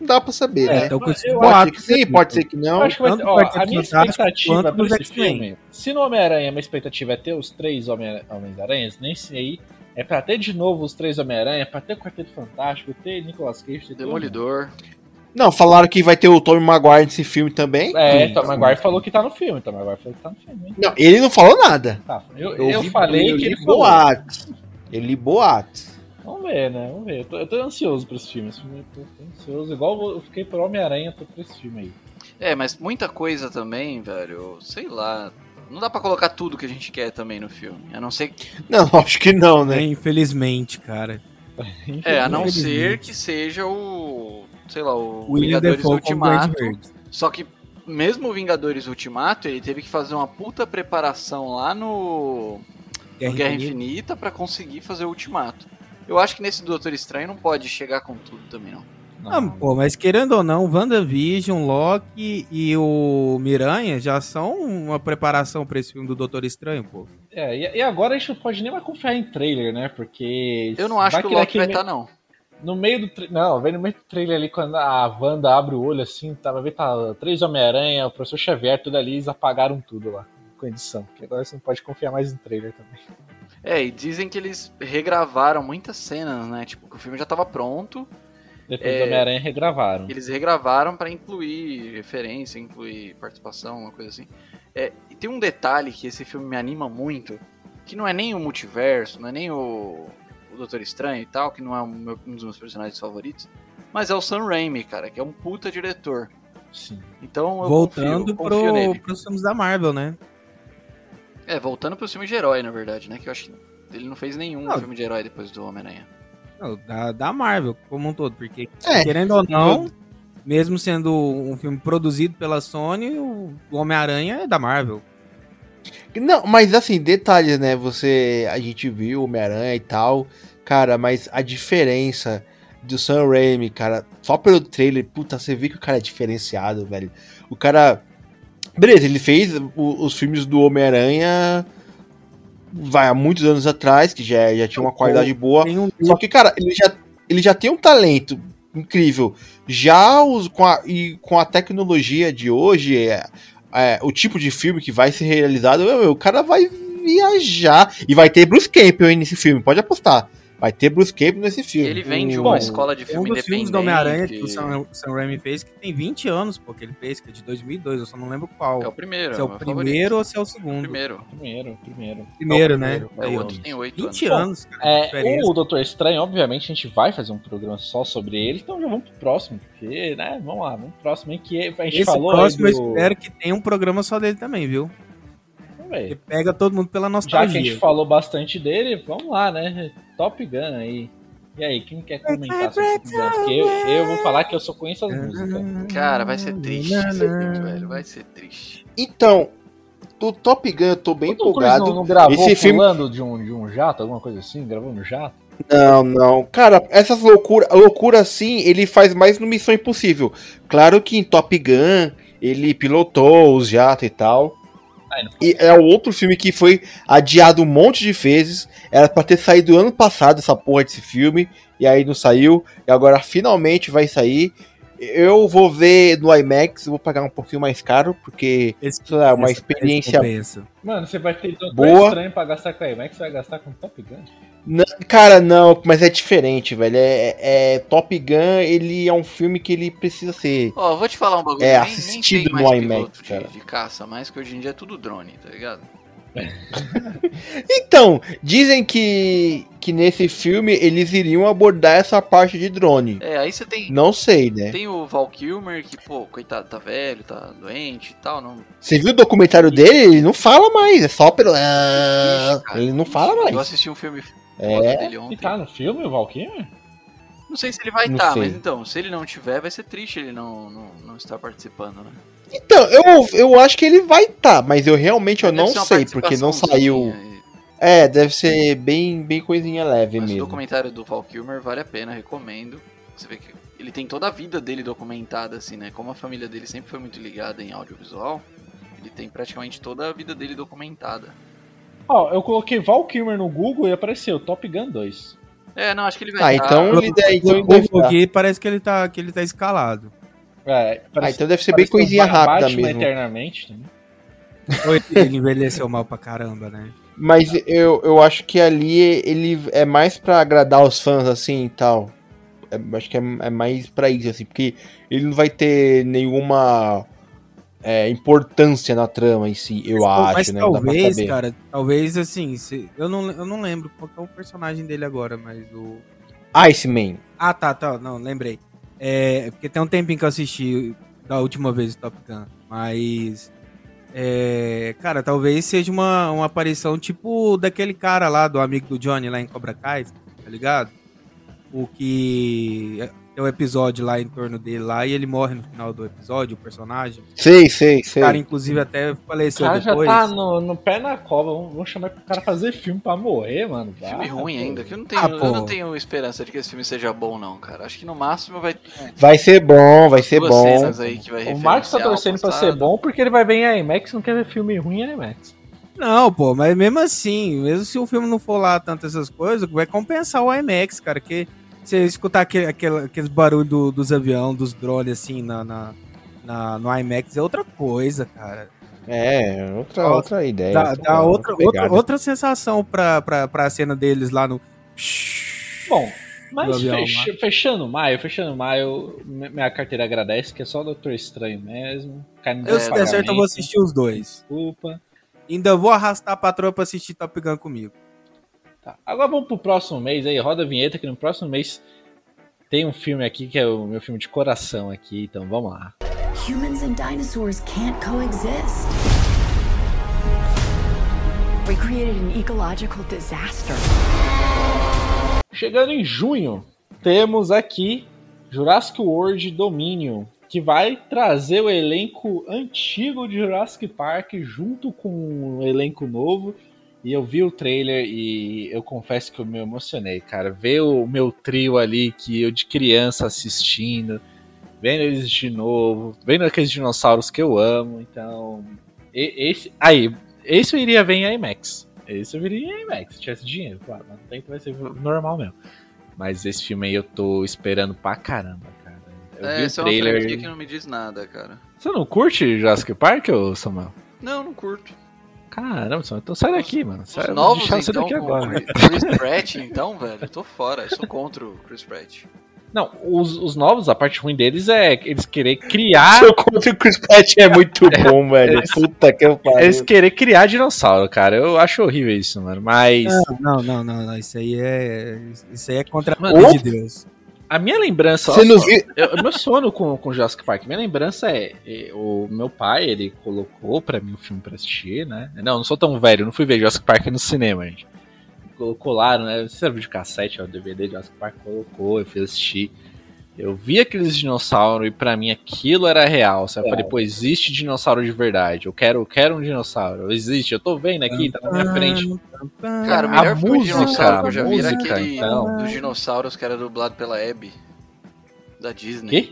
Não dá pra saber, né? então, com esse É, eu Pode ser boato, que sim, pode ser que Eu não. acho que vai tanto ser, ó, Quarteto a minha Fantástico expectativa quanto pra dos esse X-Men. filme, se no Homem-Aranha minha expectativa é ter os três Homem- Homens-Aranhas, nem sei, é pra ter de novo os três Homem-Aranha, pra ter o Quarteto Fantástico, ter Nicolas Cage, ter Demolidor. Não, falaram que vai ter o Tommy Maguire nesse filme também. todo mundo. É, Tom Maguire falou que tá no filme, Tom Maguire falou que tá no filme, hein? Não, ele não falou nada. Tá, eu, Eu eu, vi- falei eu que li ele falou. boatos. Ele li boatos. [LAUGHS] Vamos ver, né? Vamos ver. Eu tô, eu tô ansioso pra esse filme. Esse filme eu tô, tô ansioso. Igual eu fiquei por Homem-Aranha, eu tô pra esse filme aí. [LAUGHS] É, mas muita coisa também, velho, sei lá. Não dá pra colocar tudo que a gente quer também no filme. A não ser que, Não, acho que não, né? né? Infelizmente, cara. é, a não Infelizmente. ser que seja o, sei lá, o William Vingadores Defoe com o Duende Ultimato. Verde. Só que mesmo o Vingadores Ultimato, ele teve que fazer uma puta preparação lá no no Guerra, Infinita. Infinita pra conseguir fazer o Ultimato. Eu acho que nesse Doutor Estranho não pode chegar com tudo também, não. Ah, pô, mas querendo ou não, WandaVision, Loki e o Miranha já são uma preparação pra esse filme do Doutor Estranho, pô. É, e, e agora a gente não pode nem mais confiar em trailer, né? Porque. Eu não acho que o Loki vai naquele- tá- estar, não. é No meio do. tra- Não, vem no meio do trailer ali, quando a Wanda abre o olho assim, tá, vai ver tá três Homem-Aranha, o professor Xavier, tudo ali, eles apagaram tudo lá com edição. Porque agora você não pode confiar mais em trailer também. É, e dizem que eles regravaram muitas cenas, né? Tipo, que o filme já tava pronto, Depois É. do Homem-Aranha regravaram. eles regravaram pra incluir referência, incluir participação, uma coisa assim. É, e tem um detalhe que esse filme me anima muito, que não é nem o multiverso, não é nem o, o Doutor Estranho e tal, que não é o meu- um dos meus personagens favoritos, mas é o Sam Raimi, cara, que é um puta diretor. Sim. Então eu Voltando confio, confio nele. pro, pros filmes da Marvel, né? É, voltando pro filme de herói, na verdade, né? Que eu acho que ele não fez nenhum Não. filme de herói depois do Homem-Aranha. Não, da, da Marvel como um todo, porque É. querendo ou não, mesmo sendo um filme produzido pela Sony, o Homem-Aranha é da Marvel. Não, mas assim, detalhes, né? Você. A gente viu o Homem-Aranha e tal. Cara, mas a diferença do Sam Raimi, cara, só pelo trailer, puta, você vê que o cara é diferenciado, velho. O cara. Beleza, ele fez o- os filmes do Homem-Aranha. Vai há muitos anos atrás, que já, já tinha uma qualidade boa. Tem um Só que, cara, ele já, ele já tem um talento incrível. Já os, com, a, e com a tecnologia de hoje, é, é, o tipo de filme que vai ser realizado, meu, o cara vai viajar. E vai ter Bruce Campbell aí nesse filme, pode apostar. Vai ter Bruce Campbell nesse filme. Ele vem de O- uma escola de tem um filme dos filmes independente. do Homem-Aranha é que o Sam, Sam Raimi fez que tem 20 anos, pô, que ele fez, que é de 2002, eu só não lembro qual. É o primeiro. se é o meu favorito. primeiro ou se é o segundo. Primeiro, Primeiro. Primeiro, primeiro. né? É, Aí, o ó, outro tem oito anos. 20 anos, cara. de É, diferença. o Doutor Estranho, obviamente, a gente vai fazer um programa só sobre ele, então já vamos pro próximo, porque, né, vamos lá, vamos pro próximo aí, que a gente Esse falou aí próximo eu do- espero que tenha um programa só dele também, viu? Vamos ver. Ele pega todo mundo pela É. Já nostalgia. que a gente falou bastante dele, vamos lá, né, Top Gun aí. E aí, quem quer comentar sobre Top Gun? Porque eu, eu vou falar que eu só conheço as músicas. É. Cara, vai ser triste esse filme, velho. Vai ser triste. Então, do Top Gun eu tô bem O Tom Cruise empolgado. Não, não gravou Esse filme- pulando de, um, de um jato, alguma coisa assim? Gravou no jato? Não, não. Cara, essas loucuras, loucura assim, ele faz mais no Missão Impossível. Claro que em Top Gun ele pilotou os jatos e tal. Ah, ele- E é o outro filme que foi adiado um monte de vezes. Era pra ter saído ano passado essa porra desse filme. E aí não saiu. E agora finalmente vai sair. Eu vou ver no IMAX, vou pagar um pouquinho mais caro, porque Esse sei lá, é uma esse- experiência esse compensa. Mano, você vai ter Doutor Boa. Estranho pra gastar com a Como é que você vai gastar com Top Gun? Cara, não, mas é diferente, velho. É, é- Top Gun, ele é um filme que ele precisa ser. Ó, eu vou te falar um bagulho. É, nem- nem, assistido tem no mais IMAX, piloto de, cara. de caça, mas que hoje em dia é tudo drone, tá ligado? Então, dizem que, que nesse filme eles iriam abordar essa parte de drone. É, aí você tem. Não sei, né? Tem o Val Kilmer, que, pô, coitado, tá velho, tá doente e tal. Não... Você viu o documentário dele? Ele não fala mais, é só pelo. Ah, Cara, Ele não fala Eu mais. assisti um filme É. dele ontem. E tá no filme, o Valkyrie? Não sei se ele vai Não estar, sei. mas então, se ele não tiver, vai ser triste ele não, não, não estar participando, né? Então, eu, eu acho que ele vai estar, mas eu realmente eu Deve não ser uma sei, porque não participaçãozinha, saiu. e- É, deve ser bem, bem coisinha leve Mas o mesmo. documentário do Val Kilmer vale a pena, recomendo. Você vê que ele tem toda a vida dele documentada, assim, né? Como a família dele sempre foi muito ligada em audiovisual, ele tem praticamente toda a vida dele documentada. Ó, eu coloquei Valkyrie no Google e apareceu Top Gun 2. É, não, acho que ele vai Ah, estar. então ele, é, então ele deve O tá. Gui parece que ele tá, que ele tá [LAUGHS] escalado. É, Ah, parece- então deve ser bem parece um coisinha o Ba- rápida Batman mesmo. eternamente. né? Ou ele- ele envelheceu mal pra caramba, né? Mas eu, eu acho que ali ele é mais pra agradar os fãs, assim, e tal. É, eu acho que é, é mais pra isso, assim, porque ele não vai ter nenhuma é, importância na trama em si, eu acho, mas né? Não dá pra talvez, saber. cara, talvez assim, se- eu, não, eu não lembro qual que é o personagem dele agora, mas o. Iceman. Ah, tá, tá, não, lembrei. É, porque tem um tempinho que eu assisti da última vez o Top Gun, mas. é, cara, talvez seja uma, uma aparição tipo daquele cara lá, do amigo do Johnny lá em Cobra Kai, tá ligado? O que. Tem um episódio lá em torno dele lá e ele morre no final do episódio, o personagem. Sei, sei, O sei. cara, inclusive, até O faleceu cara já é depois. tá no, no pé na cova. Vamos, vamos chamar pro cara fazer filme pra morrer, mano. Filme Ah, ruim pô. ainda, que eu não, tenho, Ah, eu pô. não tenho esperança de que esse filme seja bom, não, cara. Acho que no máximo vai ter Vai ser bom, vai ser duas bom. cenas né? aí que vai O referenciar Marcos tá ao torcendo pra é passado. ser bom porque ele vai ver em IMAX não quer ver filme ruim em IMAX. Não, pô, mas mesmo assim, mesmo se o filme não for lá tanto essas coisas, vai compensar o IMAX, cara, que você escutar aquele, aquele, aqueles barulhos do- dos aviões, dos drones, assim, na, na- na- no IMAX é outra coisa, cara. É, outra, Ó, outra ideia. dá dá é outra, outra, pegada. outra sensação pra, pra, pra cena deles lá no... Bom, mas Do avião, fech- fechando maio, fechando maio, mi- minha carteira agradece, que é só o Doutor Estranho mesmo. Cai no Eu, se der certo, eu vou pagamento, assistir os dois. Desculpa. Ainda vou arrastar a patroa pra assistir Top Gun comigo. Tá. Agora vamos pro próximo mês aí, roda a vinheta que no próximo mês tem um filme aqui que é o meu filme de coração aqui, então vamos lá. Humans and dinosaurs can't coexist. We created an ecological disaster. Chegando em junho, temos aqui Jurassic World Dominion, que vai trazer o elenco antigo de Jurassic Park junto com o elenco novo. E eu vi o trailer e eu confesso que eu me emocionei, cara. Ver o meu trio ali, que eu de criança assistindo, vendo eles de novo, vendo aqueles dinossauros que eu amo. Então, e- esse. Aí, esse eu iria ver em IMAX. Esse eu viria em IMAX, se tivesse dinheiro, claro. Mas não tem, então vai ser normal mesmo. Mas esse filme aí eu tô esperando pra caramba, cara. Eu É, vi o essa é uma trailer. franquia que não me diz nada, cara. Você não curte Jurassic Park, ô Samuel? Não, não curto. Caramba, Samuel, então sai daqui, mano. Sai, Os eu vou novos, deixar você então, daqui com agora. o Chris Pratt, então, velho, eu tô fora. Eu sou contra o Chris Pratt. Não, os, os novos, a parte ruim deles é eles querer criar. Seu contra o Chris Pratt é [LAUGHS] muito bom, velho. Puta que eu pariu. Eles querer criar dinossauro, cara. Eu acho horrível isso, mano. Mas. Não, não, não, não, isso aí é... Isso aí é contra a Mano, lei de Deus. A minha lembrança. Você não ó, viu- eu- o meu sono com, com Jurassic Park. Minha lembrança é, é, O meu pai, ele colocou pra mim o filme pra assistir, né? Não, não sou tão velho, não fui ver Jurassic Park no cinema, gente. Colocou lá, né? Se era videocassete, ó, DVD de Jurassic Park, colocou, eu fui assistir. Eu vi aqueles dinossauros e pra mim aquilo era real. Sabe? Eu falei, pô, existe dinossauro de verdade. Eu quero, eu quero um dinossauro. Existe, eu tô vendo aqui, tá na Ah. minha frente. Cara, A o melhor filme de música, dinossauro que eu já a vi era música, aquele então. dos dinossauros que era dublado pela Abby, da Disney. Quê?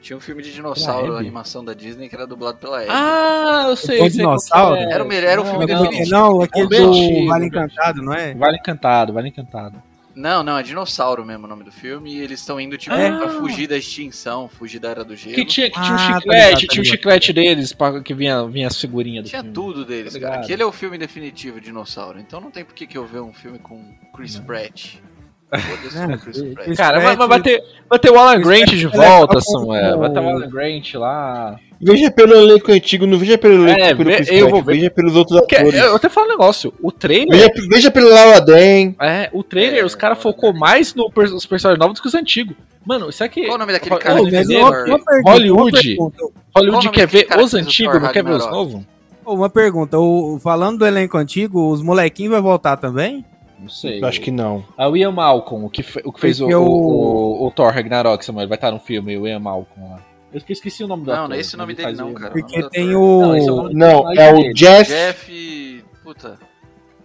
Tinha um filme de dinossauro, Abby? animação da Disney, que era dublado pela Abby. Ah, eu sei. Bom eu sei qual que dinossauro? é. Era o melhor- era o Não, filme Não, não. definitivo. não, aquele Betinho, do Vale Betinho. Encantado, não é? Vale Encantado, Vale Encantado. Não, não, é dinossauro mesmo o nome do filme. E eles estão indo, tipo, Ah. pra fugir da extinção, fugir da era do gelo. Que tinha, que tinha um Ah, tá chiclete, ligado, tá tinha um ligado. chiclete deles pra, que vinha, vinha as figurinhas do Tinha filme. tudo deles, Tá cara. ligado. [LAUGHS] Aquele é o filme definitivo, dinossauro. Então não tem por que que eu ver um filme com Chris Pratt. Foda-se Não, o Chris Pratt. esse- Cara, vai, vai, Espero que- bater, vai ter o um Alan espero Grant que de ele volta, acabe Samuel. com- Vai ter o Alan Grant lá. Veja pelo elenco antigo, não veja pelo elenco É, pelo ve- Chris eu Pratt, vou ver- veja pelos outros Porque, atores. eu até falo um negócio, o trailer. Veja, veja pelo Laura Dern. É, o trailer, É, os caras não, focou né? mais nos personagens novos do que os antigos. Mano, será que Qual o nome daquele Qual- cara? Ô, que mas fez eu- Thor? eu- Hollywood. Uma pergunta, Hollywood Qual o nome quer daquele ver cara que os fez o antigos, Thor não quer ver os Ragnarok? novos? ô, uma pergunta. o- falando do elenco antigo, os molequinhos vão voltar também? Não sei. Eu Acho que é não. Ah, o Ian Malcolm, o que, fe- o que fez o, Porque o- o- o Thor Ragnarok, Samuel, vai estar no filme, o Ian Malcolm lá. Eu que esqueci o nome do Não, ator, não é esse o nome ele dele faz não, o- cara. Porque nome do tem ator. o. Não, esse é o nome Não, é o dele. Jeff, Jeff. Puta.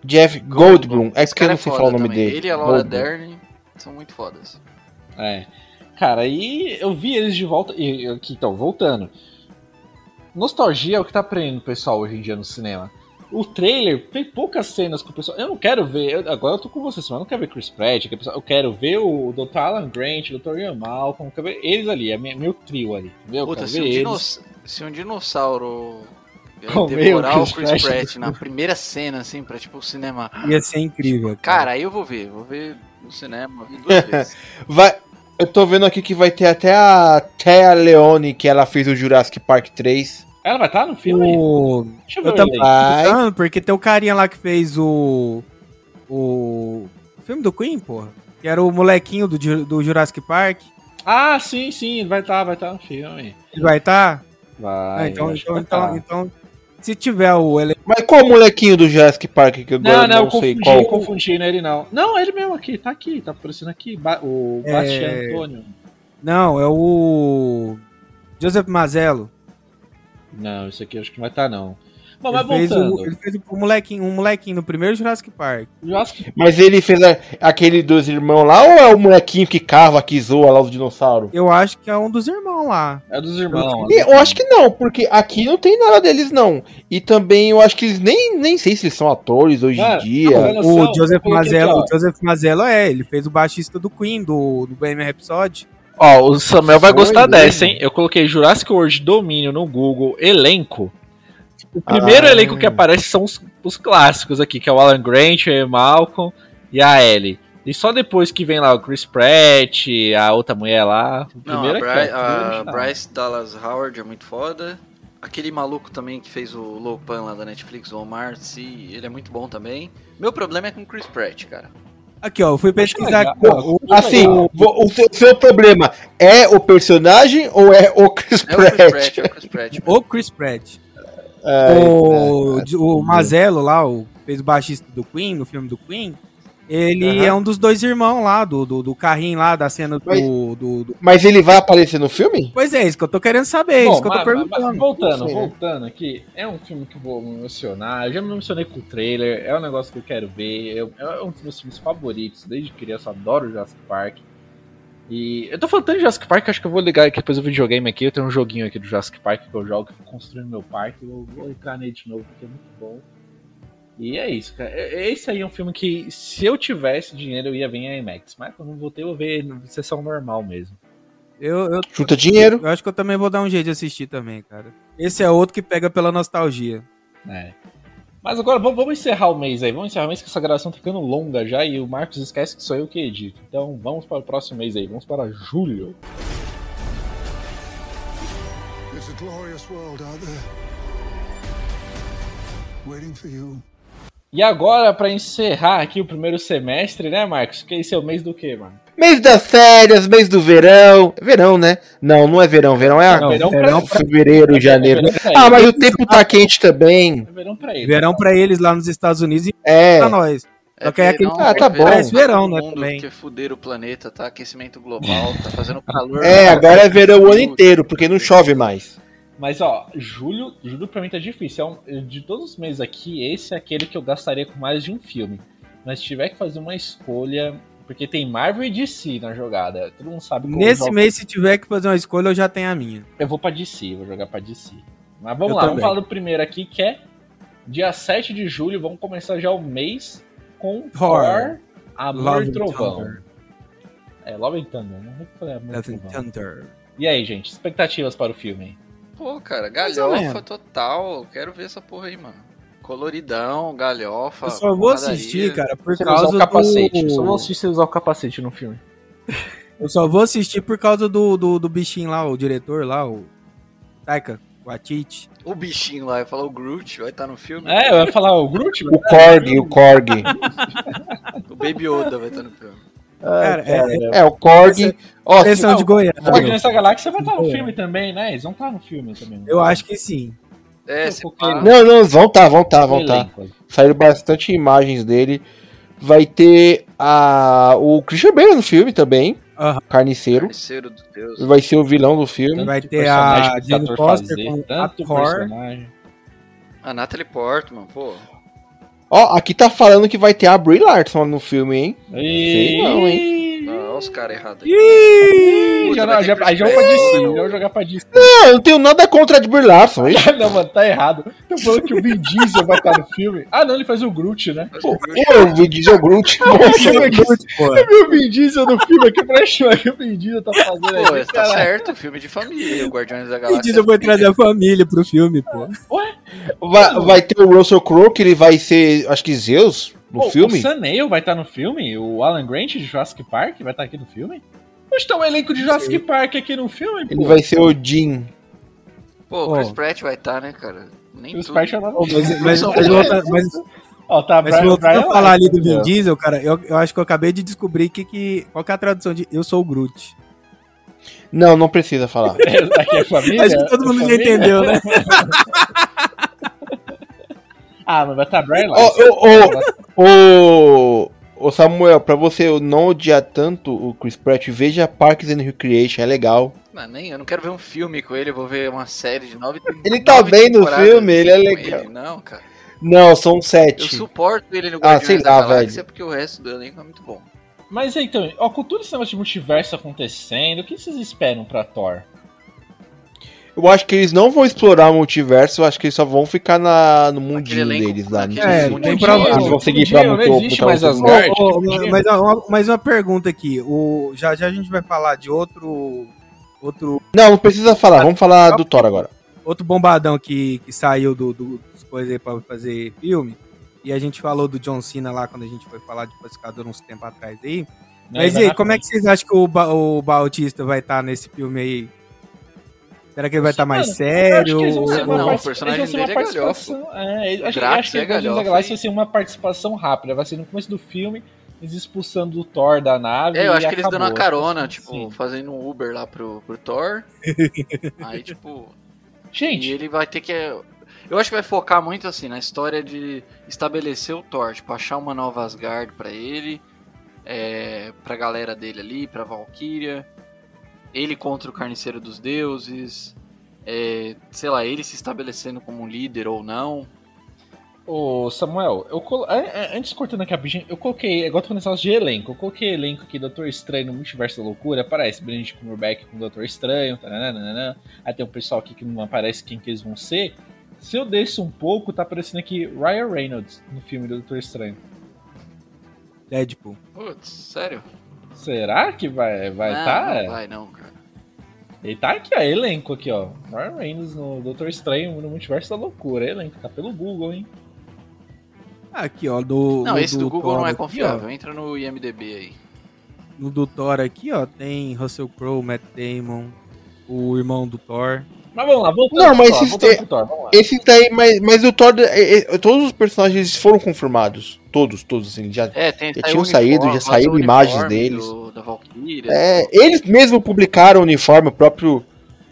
Jeff Goldblum. É que eu não sei foda falar o nome também. dele. Ele e a Laura Goldblum. Dern são muito fodas. É. Cara, aí eu vi eles de volta. E, e aqui, então, voltando. Nostalgia é o que tá prendendo o pessoal hoje em dia no cinema. O trailer tem poucas cenas com o pessoal. Eu não quero ver. eu- agora eu tô com vocês, mas eu não quero ver Chris Pratt. Eu quero, eu quero ver o Dr. Alan Grant, o Dr. Ian Malcolm. Eu quero ver eles ali, é meu, meu trio ali. Entendeu? Eu Puta, quero se ver um, eles. dinoss- se um dinossauro eh, Comeu devorar o o Chris Chris, Pratt. Pratt, na primeira cena, assim, pra tipo o cinema. Ia ser incrível. Cara, aí eu vou ver. Vou ver no cinema [LAUGHS] duas vezes. Vai. Eu tô vendo aqui que vai ter até a Thea Leone, que ela fez o Jurassic Park 3. Ela vai estar no filme? O... Deixa eu ver. Eu o também. elenco. Vai. Não, porque tem o carinha lá que fez o. O. o filme do Queen, porra. Que era o molequinho do, Ju- do Jurassic Park. Ah, sim, sim, vai estar, vai estar no filme. Ele vai estar? Vai. então, eu acho que então, vai então, tá. então, se tiver o elenco. Mas qual o molequinho do Jurassic Park que eu Não, agora não, não, eu sei confundi, qual? eu confundi, não é ele não. Não, é ele mesmo aqui, tá aqui, tá aparecendo aqui. Ba- o É. Bastian Antônio. Não, é o. Joseph Mazzello. Não, isso aqui eu acho que não vai estar, não. Bom, mas Ele fez, voltando. o, ele fez o molequinho, um molequinho no primeiro Jurassic Park. um- Eu acho que Mas ele fez a- aquele dos irmãos lá ou é o molequinho que cava, que zoa lá os dinossauros? Eu acho que é um dos irmãos lá. é dos irmãos. E Eu acho que não, porque aqui não tem nada deles, não. E também eu acho que eles nem, nem sei se eles são atores hoje Cara, em dia. não, Nossa, o eu coloquei Joseph aqui, Mazzello, ó. o Joseph Mazzello é, ele fez o baixista do Queen, do, do Bohemian Rhapsody. Ó, o Samuel vai Foi gostar mesmo. dessa, hein? Eu coloquei Jurassic World Domínio no Google, elenco. O primeiro Ah. elenco que aparece são os, os clássicos aqui, que é o Alan Grant, o Ian Malcolm e a Ellie. E só depois que vem lá o Chris Pratt, a outra mulher lá. O Não, a, primeiro é Bri- que é, o primeiro a original. Bryce Dallas Howard é muito foda. Aquele maluco também que fez o Lopan lá da Netflix, o Omar Sy, ele é muito bom também. Meu problema é com o Chris Pratt, cara. Aqui, ó, eu fui pesquisar legal. aqui, ó, o- Assim, Não. vo- o seu, seu problema é o personagem ou é o Chris É o Chris Pratt? Pratt, é o Chris [LAUGHS] Pratt. o Chris Pratt. É, Ai, o o Mazzello lá, o que fez o baixista do Queen, no filme do Queen. Ele Aham. é um dos dois irmãos lá, do, do, do carrinho lá, da cena do, Mas- do, do- Mas ele vai aparecer no filme? Pois é, isso que eu tô querendo saber, Bom, isso que eu tô mas- perguntando. mas voltando, Não sei, né? voltando aqui, é um filme que eu vou me emocionar. Eu já me emocionei com o trailer, é um negócio que eu quero ver. eu- é um dos meus filmes favoritos, desde criança, eu adoro Jurassic Park. E eu tô falando tanto de Jurassic Park, acho que eu vou ligar aqui depois do videogame aqui. Eu tenho um joguinho aqui do Jurassic Park que eu jogo, que eu fico construindo meu parque. Eu vou entrar nele de novo, porque é muito bom. E é isso, cara. É- é- Esse aí é um filme que, se eu tivesse dinheiro, eu ia ver em IMAX. Mas quando eu voltei, eu vou ver em sessão normal mesmo. Eu, eu, Junta dinheiro. eu acho que eu também vou dar um jeito de assistir também, cara. Esse é outro que pega pela nostalgia. É. Mas agora vamos, vamos encerrar o mês aí. Vamos encerrar o mês que essa gravação tá ficando longa já e o Marcos esquece que sou eu que edito. Então vamos para o próximo mês aí. Vamos para julho. There's a glorious world out there waiting for you. E agora para encerrar aqui o primeiro semestre, né, Marcos? Que esse é o mês do quê, mano? Mês das férias, mês do verão. É Verão, né? Não, não é verão. Verão é Não, verão verão, fevereiro, janeiro. É verão pra Ah, eles. mas o tempo tá quente também. É verão pra ele. Verão pra eles lá nos Estados Unidos e É. Tá pra nós. É Só que é aquele- verão, Ah, tá verão, bom. Parece verão, né, né? Mundo também. que fuder o planeta, tá? Aquecimento global, tá fazendo calor. né? É, agora é verão o ano inteiro, porque não chove mais. Mas ó, julho, julho pra mim tá difícil. É um- de todos os meses aqui, esse é aquele que eu gastaria com mais de um filme. Mas se tiver que fazer uma escolha, porque tem Marvel e DC na jogada. Todo mundo sabe como eu Nesse jogo. mês, se tiver que fazer uma escolha, eu já tenho a minha. Eu vou pra DC, vou jogar pra DC. Mas vamos Eu lá, vamos também. falar do primeiro aqui, que é dia 7 de julho, vamos começar já o mês com Thor, Thor, Amor Love e and Trovão. Thunder. É, Love and Thunder, né? Eu falei Amor e Love and Trovão. Thunder. E aí, gente, expectativas para o filme? Pô, cara, Mais ou galhofa menos. total. Quero ver essa porra aí, mano. Coloridão, galhofa. Eu só vou Tá, porradaria. assistir, cara, por Se ele usar causa o capacete. do... Eu só vou assistir se ele usar o capacete no filme. Eu só vou assistir por causa do, do, do bichinho lá, o diretor lá, o Taika Waititi. O bichinho lá, eu falo o Groot, vai estar no filme. É, eu ia falar o Groot, O Korg, o Korg. O Baby Oda vai estar no [LAUGHS] filme. Cara, é É, o Korg. Ó, se- expressão de Goiânia. Guardiões da Galáxia vai estar no filme também, né? Eles vão estar no filme também. É. Eu acho que sim. É, Eu se coloquei pá. Não, não, vão tá, vão tá, né? vão tá. Elenco. Saíram bastante imagens dele. Vai ter a, o Christian Bale no filme também. Aham. Carniceiro. Terceiro do Deus. Vai ser o vilão do filme. Vai Tanto ter personagem a que esse Jane ator Foster fazer, com a tanto Thor. personagem. A Natalie Portman, pô. Ah, Ó, aqui tá falando que vai ter a Brie Larson no filme, hein? E... Olha não, os caras errados aí. Ih, Puta, já, vai já, ter já, Chris aí já vou pra DC, já vou jogar pra [LAUGHS] DC. Não, eu não tenho nada contra a de Brie Larson. [LAUGHS] hein? não, mano, tá errado. Tô falando que o Vin Diesel vai estar no filme. Ah, não, ele faz o Groot, né? Mas Pô, o Groot- Eu, o Vin Diesel Groot. [LAUGHS] Eu vi o Vin Diesel no filme aqui pra achar que o Vin Diesel tá fazendo Pô, aí. tá cara. certo, filme de família, o Guardiões da Galáxia. Pedido foi trazer a família pro filme, pô. Vai, vai ter o Russell Crowe, que ele vai ser, acho que Zeus, no Pô, O filme. Sam Neill vai estar no filme? O Alan Grant de Jurassic Park vai estar aqui no filme? Poxa, tá um elenco de Jurassic Park aqui no filme, Ele pô. vai ser o Jim. Pô, o Chris Pô. Pratt vai estar, né, cara? Nem E os tudo. pais já não- Mas, mas, mas, volta- mas- Ó, tá, mas se voltar a White, falar ali do Vin entendeu? Diesel, cara, eu, eu acho que eu acabei de descobrir que, que, qual que é a tradução de Eu Sou o Groot. Não, não precisa falar. [LAUGHS] Essa Aqui é família? Acho que todo É mundo já família? entendeu, [LAUGHS] né? Ah, mas vai estar Brian Ô, Larson. ô, ô, ô, ô, Samuel, pra você não odiar tanto o Chris Pratt, veja Parks and Recreation, é legal. Não, nem, eu não quero ver um filme com ele, eu vou ver uma série de nove [LAUGHS] Ele tá nove bem no temporadas filme, ele é com legal. não, cara. Não, são Eu sete. suporto ele no Ah, Guardiões sei da lá, Galáxia velho. porque o resto do elenco é muito bom. Mas então, ó, com todo esse negócio de multiverso acontecendo, o que vocês esperam pra Thor? Eu acho que eles não vão explorar o multiverso, eu acho que eles só vão ficar na, no mundinho elenco deles lá. com Não aquele É, sei. não monte tem de problema. gente. Eles vão seguir pra Não pro- pro- existe pro- mais pro- as pro- Asgard, Ô, ô, que mas uma, mais uma pergunta aqui. O, já já a gente vai falar de outro outro, Não, não precisa falar, vamos falar do Thor agora. outro bombadão que, que saiu do, do, das coisas aí pra fazer filme. E a gente falou do John Cena lá quando a gente foi falar de Pacificador uns tempo atrás aí. Né? Mas e aí, como é que vocês acham que o, Ba- o Bautista vai estar nesse filme aí? Será que ele vai estar mais Mano, sério? ser Ou- Não, o o personagem dele é participação. É, eu acho, eu Drax acho que o é Guardiões da galhofa, Galáxia hein? vai ser uma participação rápida. Vai ser no começo do filme, eles expulsando o Thor da nave. É, eu acho e que eles dando uma acabou. assim, carona, tipo, Sim. fazendo um Uber lá pro, [LAUGHS] pro Thor. Aí, tipo, e Gente, ele vai ter que. Eu acho que vai focar muito assim na história de estabelecer o Thor, tipo, achar uma nova Asgard pra ele, é, pra galera dele ali, pra Valkyria, ele contra o Carniceiro dos Deuses, é, sei lá, ele se estabelecendo como um líder ou não. ô Samuel, eu colo... an- an- antes cortando aqui a bichinha, eu coloquei, agora tô falando esse negócio de elenco, eu coloquei elenco aqui, Doutor Estranho no Multiverso da Loucura, aparece Benedict Cumberbatch com o Doutor Estranho, taranana, aí tem um pessoal aqui que não aparece quem que eles vão ser. Se eu desço um pouco, tá aparecendo aqui Ryan Reynolds no filme do Doutor Estranho. Deadpool. Putz, sério? Será que vai vai não, tá? não vai não, cara. Ele tá aqui, ó, elenco aqui, ó. Ryan Reynolds no Doutor Estranho no Multiverso da Loucura, elenco, tá pelo Google, hein? Aqui, ó, do. Não, esse do Google Thor não é aqui, ó. confiável, entra no IMDB aí. No do Thor aqui, ó, tem Russell Crowe, Matt Damon, o irmão do Thor. Mas vamos lá, voltando pro Não, mas Thor, esses voltando te- pro Thor, vamos lá. Esse daí, mas, mas o Thor, é, é, todos os personagens eles foram confirmados. Todos, todos, assim, já. É, tem, Já saiu tinham o uniforme, saído, já faz o saíram imagens uniforme deles. do- da Valkyria. É, eles mesmo publicaram o uniforme, o próprio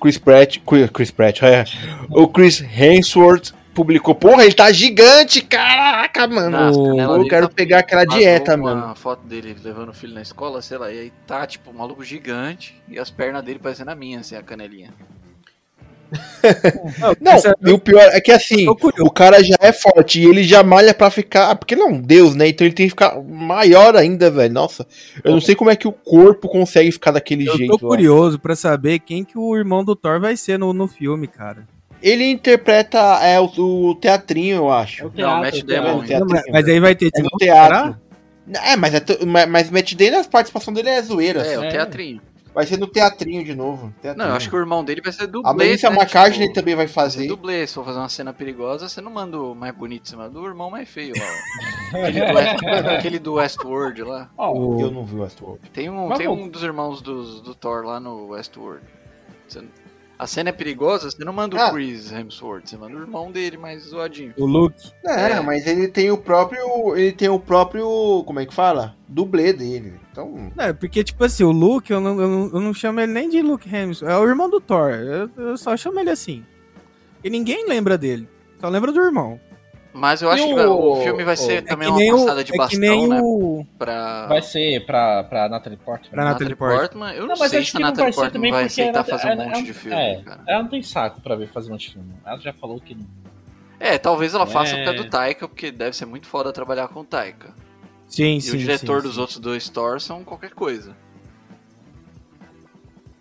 Chris Pratt. Chris, Chris Pratt, é. O Chris Hemsworth publicou. Porra, ele tá gigante, caraca, né, mano. Nas canelas eu dele quero tá- pegar aquela vazou dieta, uma mano. foto dele levando o filho na escola, sei lá, e aí tá, tipo, um maluco gigante e as pernas dele parecendo a minha, assim, a canelinha. Não, Essa- e o pior é que assim, Tô curioso. o cara já é forte e ele já malha pra ficar. ah, Porque ele é um deus, né? Então ele tem que ficar maior ainda, velho. Nossa, eu não sei como é que o corpo consegue ficar daquele Eu jeito. tô ó. curioso pra saber quem que o irmão do Thor vai ser no, no filme, cara. Ele interpreta é, o, o teatrinho, eu É o acho. teatro, Matt é o Damon, teatro. hein? Teatrinho, Não, mas, velho. mas aí vai ter É de no novo, teatro. será? É, mas, é tu- ma- mas Matt Damon, a participação dele é zoeira. É, o sério? teatrinho. Vai ser no teatrinho de novo. É. Não, eu acho que o irmão dele vai ser dublê. A Melissa né? McCartney Tipo, também vai Fazer fazer. dublê, se for fazer uma cena perigosa, você não manda o mais bonito, você manda o irmão mais feio [LAUGHS] lá. ó. aquele, do West, aquele do Westworld lá. [LAUGHS] O- Eu não vi o Westworld. Tem um, Mas tem bom. um dos irmãos dos- do Thor lá no Westworld. Você- a cena é perigosa, você não manda o Ah. Chris Hemsworth, você manda o irmão dele mais zoadinho. O Luke. É, mas ele tem o próprio. Ele tem o próprio. Como é que fala? Dublê dele. Então. Não, é porque, tipo assim, o Luke, eu não, eu não, eu não chamo ele nem de Luke Hemsworth. É o irmão do Thor. Eu, eu só chamo ele assim. E ninguém lembra dele. Só lembra do irmão. Mas eu E acho que vai- o, o- filme vai ser também que nem uma o- passada de é que bastão, nem né? o... Pra Vai ser pra, pra Natalie Portman. Pra Natalie Portman. Portman. Eu não, Não, mas sei acho se a que não Natalie vai ser Portman também vai porque aceitar ela- fazer um ela- monte de ela- filme, é. cara. Ela não tem saco pra ver fazer um monte de filme. Ela já falou que não. É, talvez ela É. faça por causa do Taika, porque deve ser muito foda trabalhar com o Taika. Sim, E sim. o diretor sim, dos sim. outros dois Thor são qualquer coisa.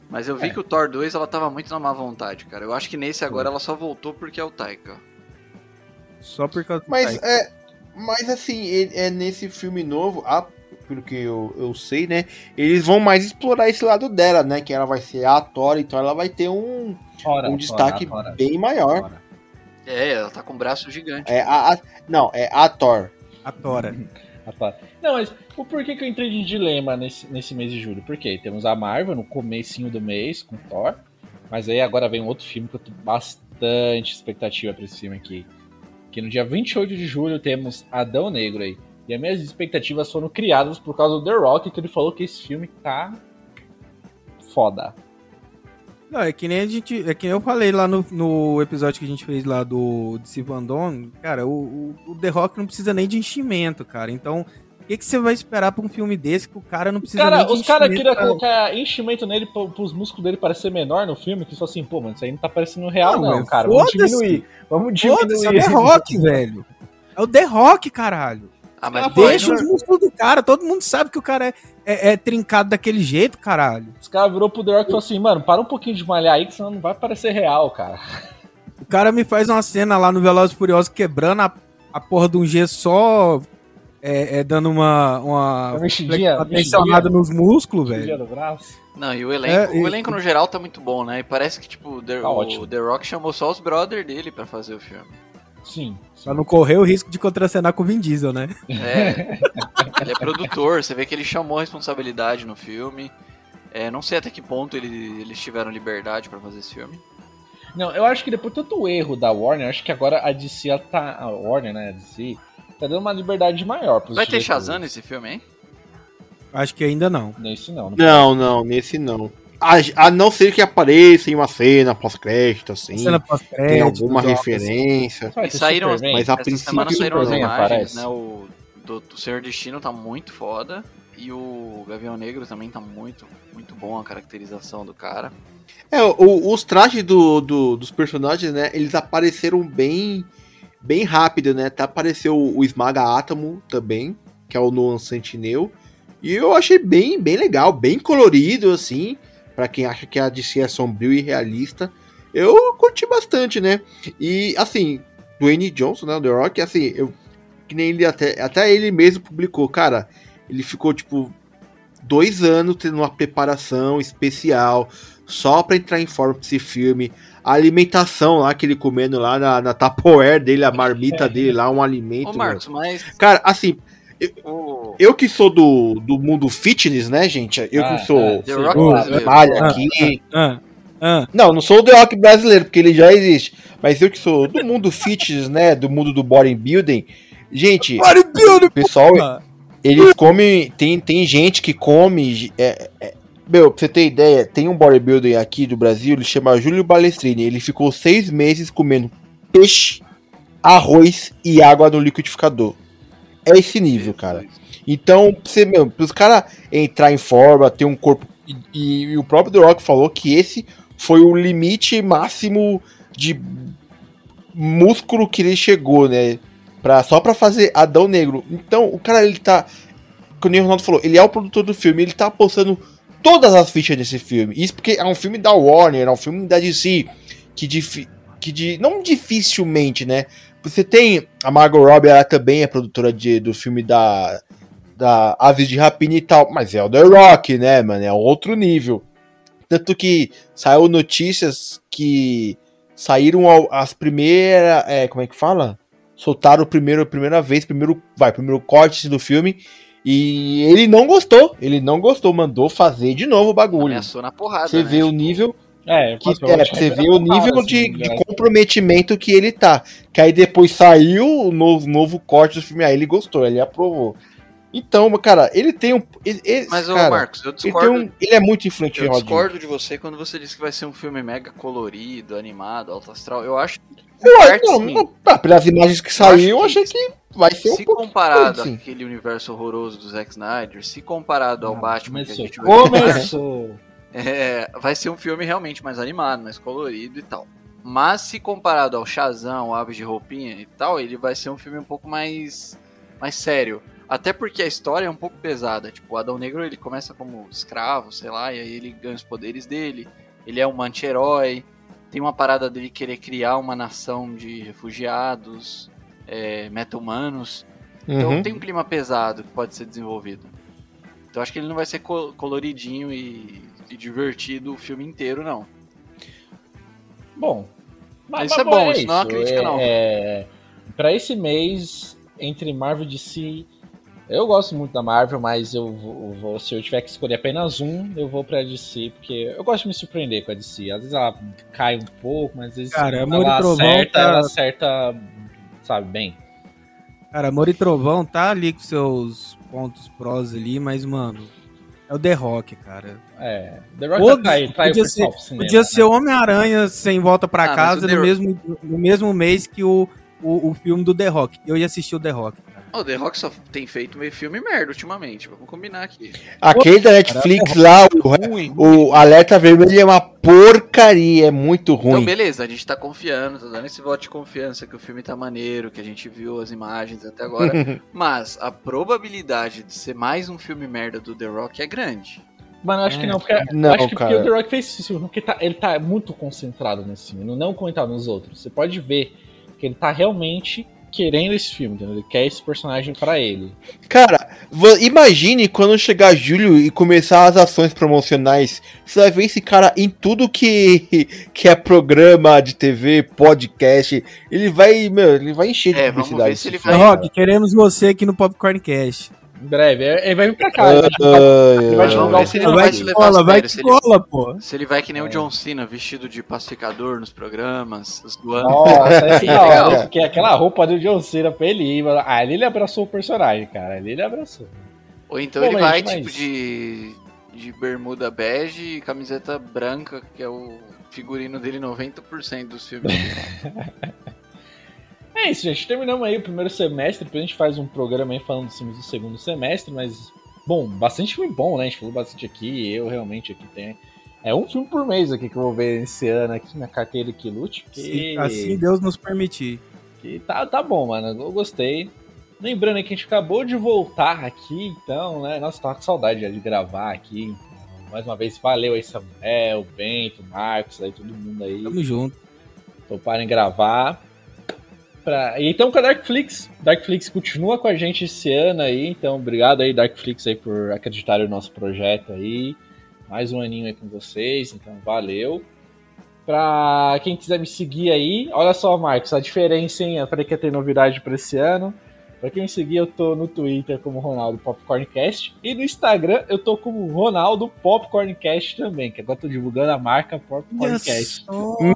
Mas eu vi que o Thor 2 ela tava muito na má vontade, cara. Eu acho que nesse agora ela só voltou porque é o Taika. Só por causa do Mas Taika. é, mas assim, ele- é nesse filme novo, a- pelo que eu, eu sei, né? Eles vão mais explorar esse lado dela, né? Que ela vai ser a Tora, então ela vai ter um, Ora, um destaque ora, ora, bem maior. ora. É, ela tá com um braço gigante. É a, a- não, é a Thor. A Tora. Rapaz. Não, mas o porquê que eu entrei de dilema nesse, nesse mês de julho? Porque temos a Marvel no comecinho do mês com Thor, mas aí agora vem um outro filme que eu tô bastante expectativa pra esse filme aqui. Que no dia 28 de julho temos Adão Negro aí. E as minhas expectativas foram criadas por causa do The Rock, que ele falou que esse filme tá foda. Não, é que nem a gente. É que nem eu falei lá no, no episódio que a gente fez lá do de Sivandon, cara, o, o, o The Rock não precisa nem de enchimento, cara. Então, o que, que você vai esperar pra um filme desse que o cara não precisa nem Cara, é de os caras enchimento queriam pra- colocar enchimento nele pro- pros músculos dele parecer menor no filme, que só assim, pô, mano, isso aí não tá parecendo real, Não, não, mas cara. Vamos foda-se. diminuir. Vamos Foda-se, é o diminuir. The Rock, velho. Tá então É o The Rock, caralho. Ah, mas Ela pô, aí Deixa não- os músculos do cara. Todo mundo sabe que o cara é, é- é trincado daquele jeito, caralho. Os caras virou pro The Rock e falou assim, mano, para um pouquinho de malhar aí, que senão não vai parecer real, cara. O cara me faz uma cena lá no Velozes e Furiosos quebrando a, a porra de um G só é, é, dando uma, uma Uma mexidinha, uma tensionada nos músculos, Dia velho. do braço. Não, e o elenco, É, e- o elenco no geral tá muito bom, né? E parece que, tipo, o The, Tá o ótimo. The Rock chamou só os brother dele pra fazer o filme. [LAUGHS] Sim. Pra não correr o risco de contracenar com o Vin Diesel, né? É. ele é produtor, você vê que ele chamou a responsabilidade no filme. É, não sei até que ponto ele- eles tiveram liberdade pra fazer esse filme. Não, eu acho que depois de tanto erro da Warner, acho que agora a DC ela tá. A Warner, né? A DC, tá dando uma liberdade maior pros Vai ter diretores. Shazam né? nesse filme, hein? Acho que ainda não. Nesse não. né? não. Não, não, nesse não. A, a não ser que apareça em uma cena pós-crédito, assim. Cena tem pós-crédito, alguma drogas. referência. Vai E ter saíram as- Superman. Mas a Essa semana princípio. saíram as Superman imagens, aparece. né? O do, do Senhor Destino tá muito foda. E o Gavião Negro também tá muito, muito bom a caracterização do cara. É, o- os trajes do, do- dos personagens, né? Eles apareceram bem bem rápido, né? Até apareceu o Esmaga Átomo também, que é o Noan Sentinel. E eu achei bem, bem legal, bem colorido, assim. Pra quem acha que a DC é sombrio e realista. Eu curti bastante, né? E, assim, Dwayne Johnson, né? o The Rock, assim, eu. Que nem ele até. Até ele mesmo publicou, cara. Ele ficou, tipo, dois anos tendo uma preparação especial só pra entrar em forma pra esse filme. A alimentação lá que ele comendo lá na, na Tupperware dele, a marmita dele lá, um alimento. É. Ô, Marcos, mas meu. Cara, assim, o. eu que sou do, do mundo fitness, né, gente? Eu Ah, que sou. ah, The sim. Rock Oh, brasileiro. malha Ah, aqui. Ah, ah. Não, não sou o The Rock brasileiro, porque ele já existe. Mas eu que sou do mundo fitness, né? Do mundo do bodybuilding. Gente, o Bodybuilding, pessoal, porra! eles comem. Tem, tem gente que come. é, é- meu, pra você ter ideia, tem um bodybuilder aqui do Brasil, ele chama Júlio Balestrini. Ele ficou seis meses comendo peixe, arroz e água no liquidificador. É esse nível, cara. Então, pra você, meu, pros caras entrar em forma, ter um corpo. E, e- e o próprio The Rock falou que esse foi o limite máximo de músculo que ele chegou, né? Pra, só pra fazer Adão Negro. Então, o cara, ele tá. Como o Ronaldo falou, ele é o produtor do filme, ele tá apostando todas as fichas nesse filme. Isso porque é um filme da Warner, é um filme da DC, que, difi- que de, não dificilmente, né? Você tem a Margot Robbie, ela também é produtora de, do filme da, da Aves de Rapina e tal, mas é o The Rock, né, mano? É outro nível. Tanto que saiu notícias que saíram ao- as primeiras. é, como é que fala? Soltaram o primeiro, a primeira vez, primeiro, vai, primeiro corte do filme. E ele não gostou. Ele não gostou, mandou fazer de novo o bagulho. Ameaçou na porrada. né? Você vê o Tipo, nível É, que, passou, é, pra acho que você é vê o bem nível assim, de, de né? comprometimento que ele tá. Que aí depois saiu o novo, novo corte do filme. Aí ele gostou, ele aprovou. Então, cara, ele tem um. Ele, ele- Mas, ô cara, Marcos, eu ele, tem discordo. um- ele é muito influente, Eu Rodinho. discordo de você quando você diz que vai ser um filme mega colorido, animado, alto astral. Eu acho que. Eu acho- parte, não, sim. não, pá, pelas imagens que saiu, eu acho que achei que vai ser Se um pouco. comparado sim. àquele universo horroroso do Zack Snyder, se comparado ao Batman que a Começou. gente vai Começou. É, vai ser um filme realmente mais animado, mais colorido e tal. Mas se comparado ao Shazam, Aves de Roupinha e tal, ele vai ser um filme um pouco mais, mais sério. Até porque a história é um pouco pesada. Tipo, o Adão Negro ele começa como escravo, sei lá, e aí ele ganha os poderes dele. Ele é um anti-herói. Tem uma parada dele querer criar uma nação de refugiados, é, meta-humanos. Então Uhum. tem um clima pesado que pode ser desenvolvido. Então acho que ele não vai ser co- coloridinho e, e divertido o filme inteiro, não. Bom. Isso é bom, isso não é uma crítica, É- não. É, pra esse mês, entre Marvel e DC, eu gosto muito da Marvel, mas eu vou, vou- se eu tiver que escolher apenas um, eu vou pra DC, porque eu gosto de me surpreender com a DC. Às vezes ela cai um pouco, mas às vezes Cara, Amor e ela Trovão acerta, tá- ela acerta, sabe, bem. Cara, Amor e Trovão tá ali com seus pontos prós ali, mas, mano, é o The Rock, cara. É, The Rock Podia- tá aí, tá aí o podia pessoal pro cinema, Podia ser né? o Homem-Aranha sem volta Ah, pra mas o casa The no mesmo, no mesmo mês que o, o, o filme do The Rock. Eu ia assistir o The Rock. cara. O The Rock só tem feito meio filme merda ultimamente, vamos combinar aqui. Aquele da Netflix lá, Ruim. o, o Alerta Vermelho é uma porcaria, é muito Então, ruim. beleza, a gente tá confiando, tá dando esse voto de confiança que o filme tá maneiro, que a gente viu as imagens até agora. Mas a probabilidade de ser mais um filme merda do The Rock é grande. Mano, eu acho que não, porque, Não, acho que porque cara. o The Rock fez isso, porque tá- ele tá muito concentrado nesse filme, não- não comentar nos outros. Você pode ver que ele tá realmente querendo esse filme, entendeu? Ele quer esse personagem pra ele. Cara, vo- imagine quando chegar julho e começar as ações promocionais. Você vai ver esse cara em tudo que, [LAUGHS] que é programa de TV, podcast. Ele vai, meu, ele vai encher de É, vamos publicidade. ver se esse ele The filme, vai- cara. Rock, queremos você aqui no Popcorn Cast. Em breve, é, ele ele vai vir pra cá. ele vai- Ai, ele vai ai, ai. divulgar o Mas ele não filme. vai vai se que levar a cola, sério, vai que se ele- cola, pô. Se ele vai que nem o John Cena, vestido de pacificador nos programas, zoando. Nossa, [LAUGHS] é assim, Legal. ó, que é aquela roupa do John Cena pra ele ir. mano. Ah, ali ele abraçou o personagem, cara. Ali ele abraçou. Ou então Bom, ele mas- vai, mas- tipo, de, de bermuda bege e camiseta branca, que é o figurino dele 90% dos filmes. [LAUGHS] É isso, gente. Terminamos aí o primeiro semestre. Depois a gente faz um programa aí falando dos filmes do segundo semestre, mas. Bom, bastante filme bom, né? A gente falou bastante aqui. Eu realmente aqui tenho. É um filme por mês aqui que eu vou ver esse ano aqui na carteira que lute. Se Porque, assim Deus nos permitir. que tá, tá bom, mano. Eu gostei. Lembrando aí que a gente acabou de voltar aqui, então, né? Nossa, tava com saudade já de gravar aqui. Então, mais uma vez, valeu aí, Samuel, Bento, Marcos, aí todo mundo aí Tamo junto. toparem Então, gravar. Pra... E então com a Darkflix. Darkflix continua com a gente esse ano aí, então obrigado aí, Darkflix, aí, por acreditar no nosso projeto aí. Mais um aninho aí com vocês, então valeu. Pra quem quiser me seguir aí, olha só, Marcos, a diferença, hein? Eu falei que ia ter novidade pra esse ano. Pra quem me seguir, eu tô no Twitter como Ronaldo Popcorncast e no Instagram eu tô como Ronaldo Popcorncast também, que agora eu tô divulgando a marca Popcorncast. Meu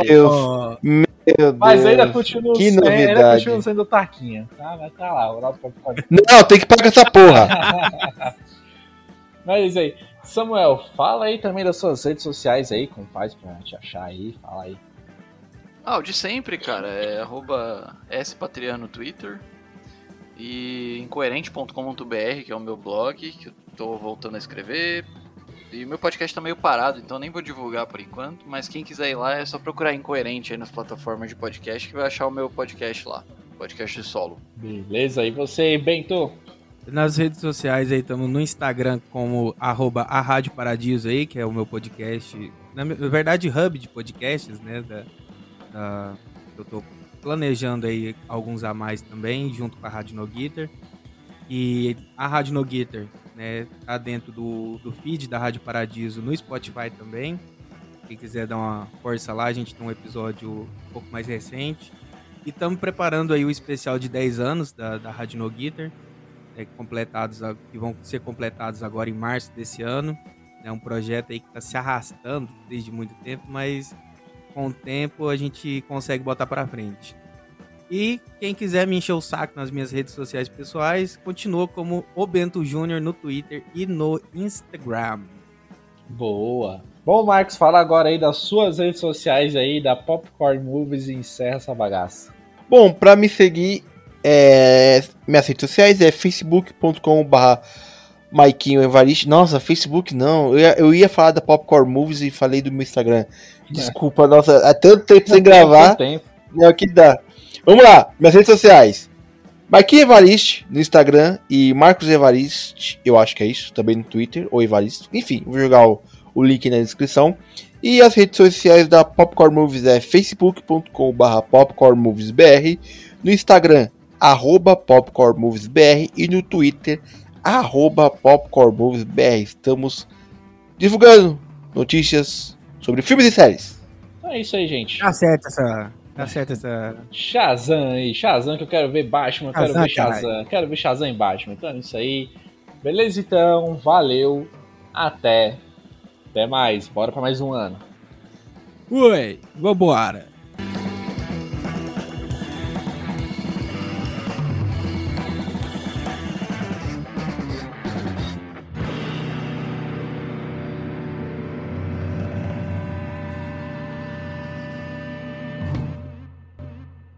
Deus, Ó, meu Deus. Mas ainda continua que sendo, ainda novidade. continua sendo o Taquinha, tá? Mas tá lá, o Ronaldo pode falar. Não, tem que pagar essa porra. Mas é isso aí. Samuel, fala aí também das suas redes sociais aí, como faz pra te achar aí, fala aí. ah, o de sempre, cara. É arroba spatriano no Twitter. E incoerente.com.br, que é o meu blog, que eu tô voltando a escrever. E meu podcast tá meio parado, então nem vou divulgar por enquanto. Mas quem quiser ir lá é só procurar Incoerente aí nas plataformas de podcast que vai achar o meu podcast lá. Podcast solo. Beleza, e você, Bento? Nas redes sociais aí, estamos no Instagram como arroba a Rádio Paradiso aí, que é o meu podcast. Na me- na verdade, hub de podcasts, né? da- da- eu tô planejando aí alguns a mais também, junto com a Rádio No Guitar. E a Rádio No Guitar né? Tá dentro do, do feed da Rádio Paradiso no Spotify também. Quem quiser dar uma força lá, a gente tem um episódio um pouco mais recente. E estamos preparando aí o especial de 10 anos da, da Rádio No Guitar, né, completados, a- que vão ser completados agora em março desse ano. É um projeto aí que está se arrastando desde muito tempo, mas com o tempo a gente consegue botar para frente. E quem quiser me encher o saco nas minhas redes sociais pessoais, continua como o Bento Júnior no Twitter e no Instagram. Boa. Bom, Marcos, fala agora aí das suas redes sociais aí, da Popcorn Movies e encerra essa bagaça. Bom, pra me seguir, é, minhas redes sociais é facebook.com.br Maiquinho Evaristo. Nossa, Facebook não. Eu ia, eu ia falar da Popcorn Movies e falei do meu Instagram. Desculpa, nossa, há tanto [LAUGHS] tempo sem gravar. Tem tempo. É o que dá. Vamos lá, minhas redes sociais. Marquinhos Evaristo no Instagram e Marcos Evaristo, eu acho que é isso, também no Twitter, ou Evaristo. Enfim, vou jogar o, o link na descrição. E as redes sociais da Popcorn Movies é facebook.com.br popcornmoviesbr, no Instagram, arroba popcornmoviesbr e no Twitter, arroba popcornmoviesbr. Estamos divulgando notícias sobre filmes e séries. Então é isso aí, gente. Tá certo essa. Tá certo essa. Shazam aí, Shazam que eu quero ver Batman, eu quero Shazam, ver Shazam, quero ver Shazam em Batman. Então é isso aí. Beleza então, valeu. Até. Até mais. Bora pra mais um ano. Ui, vambora!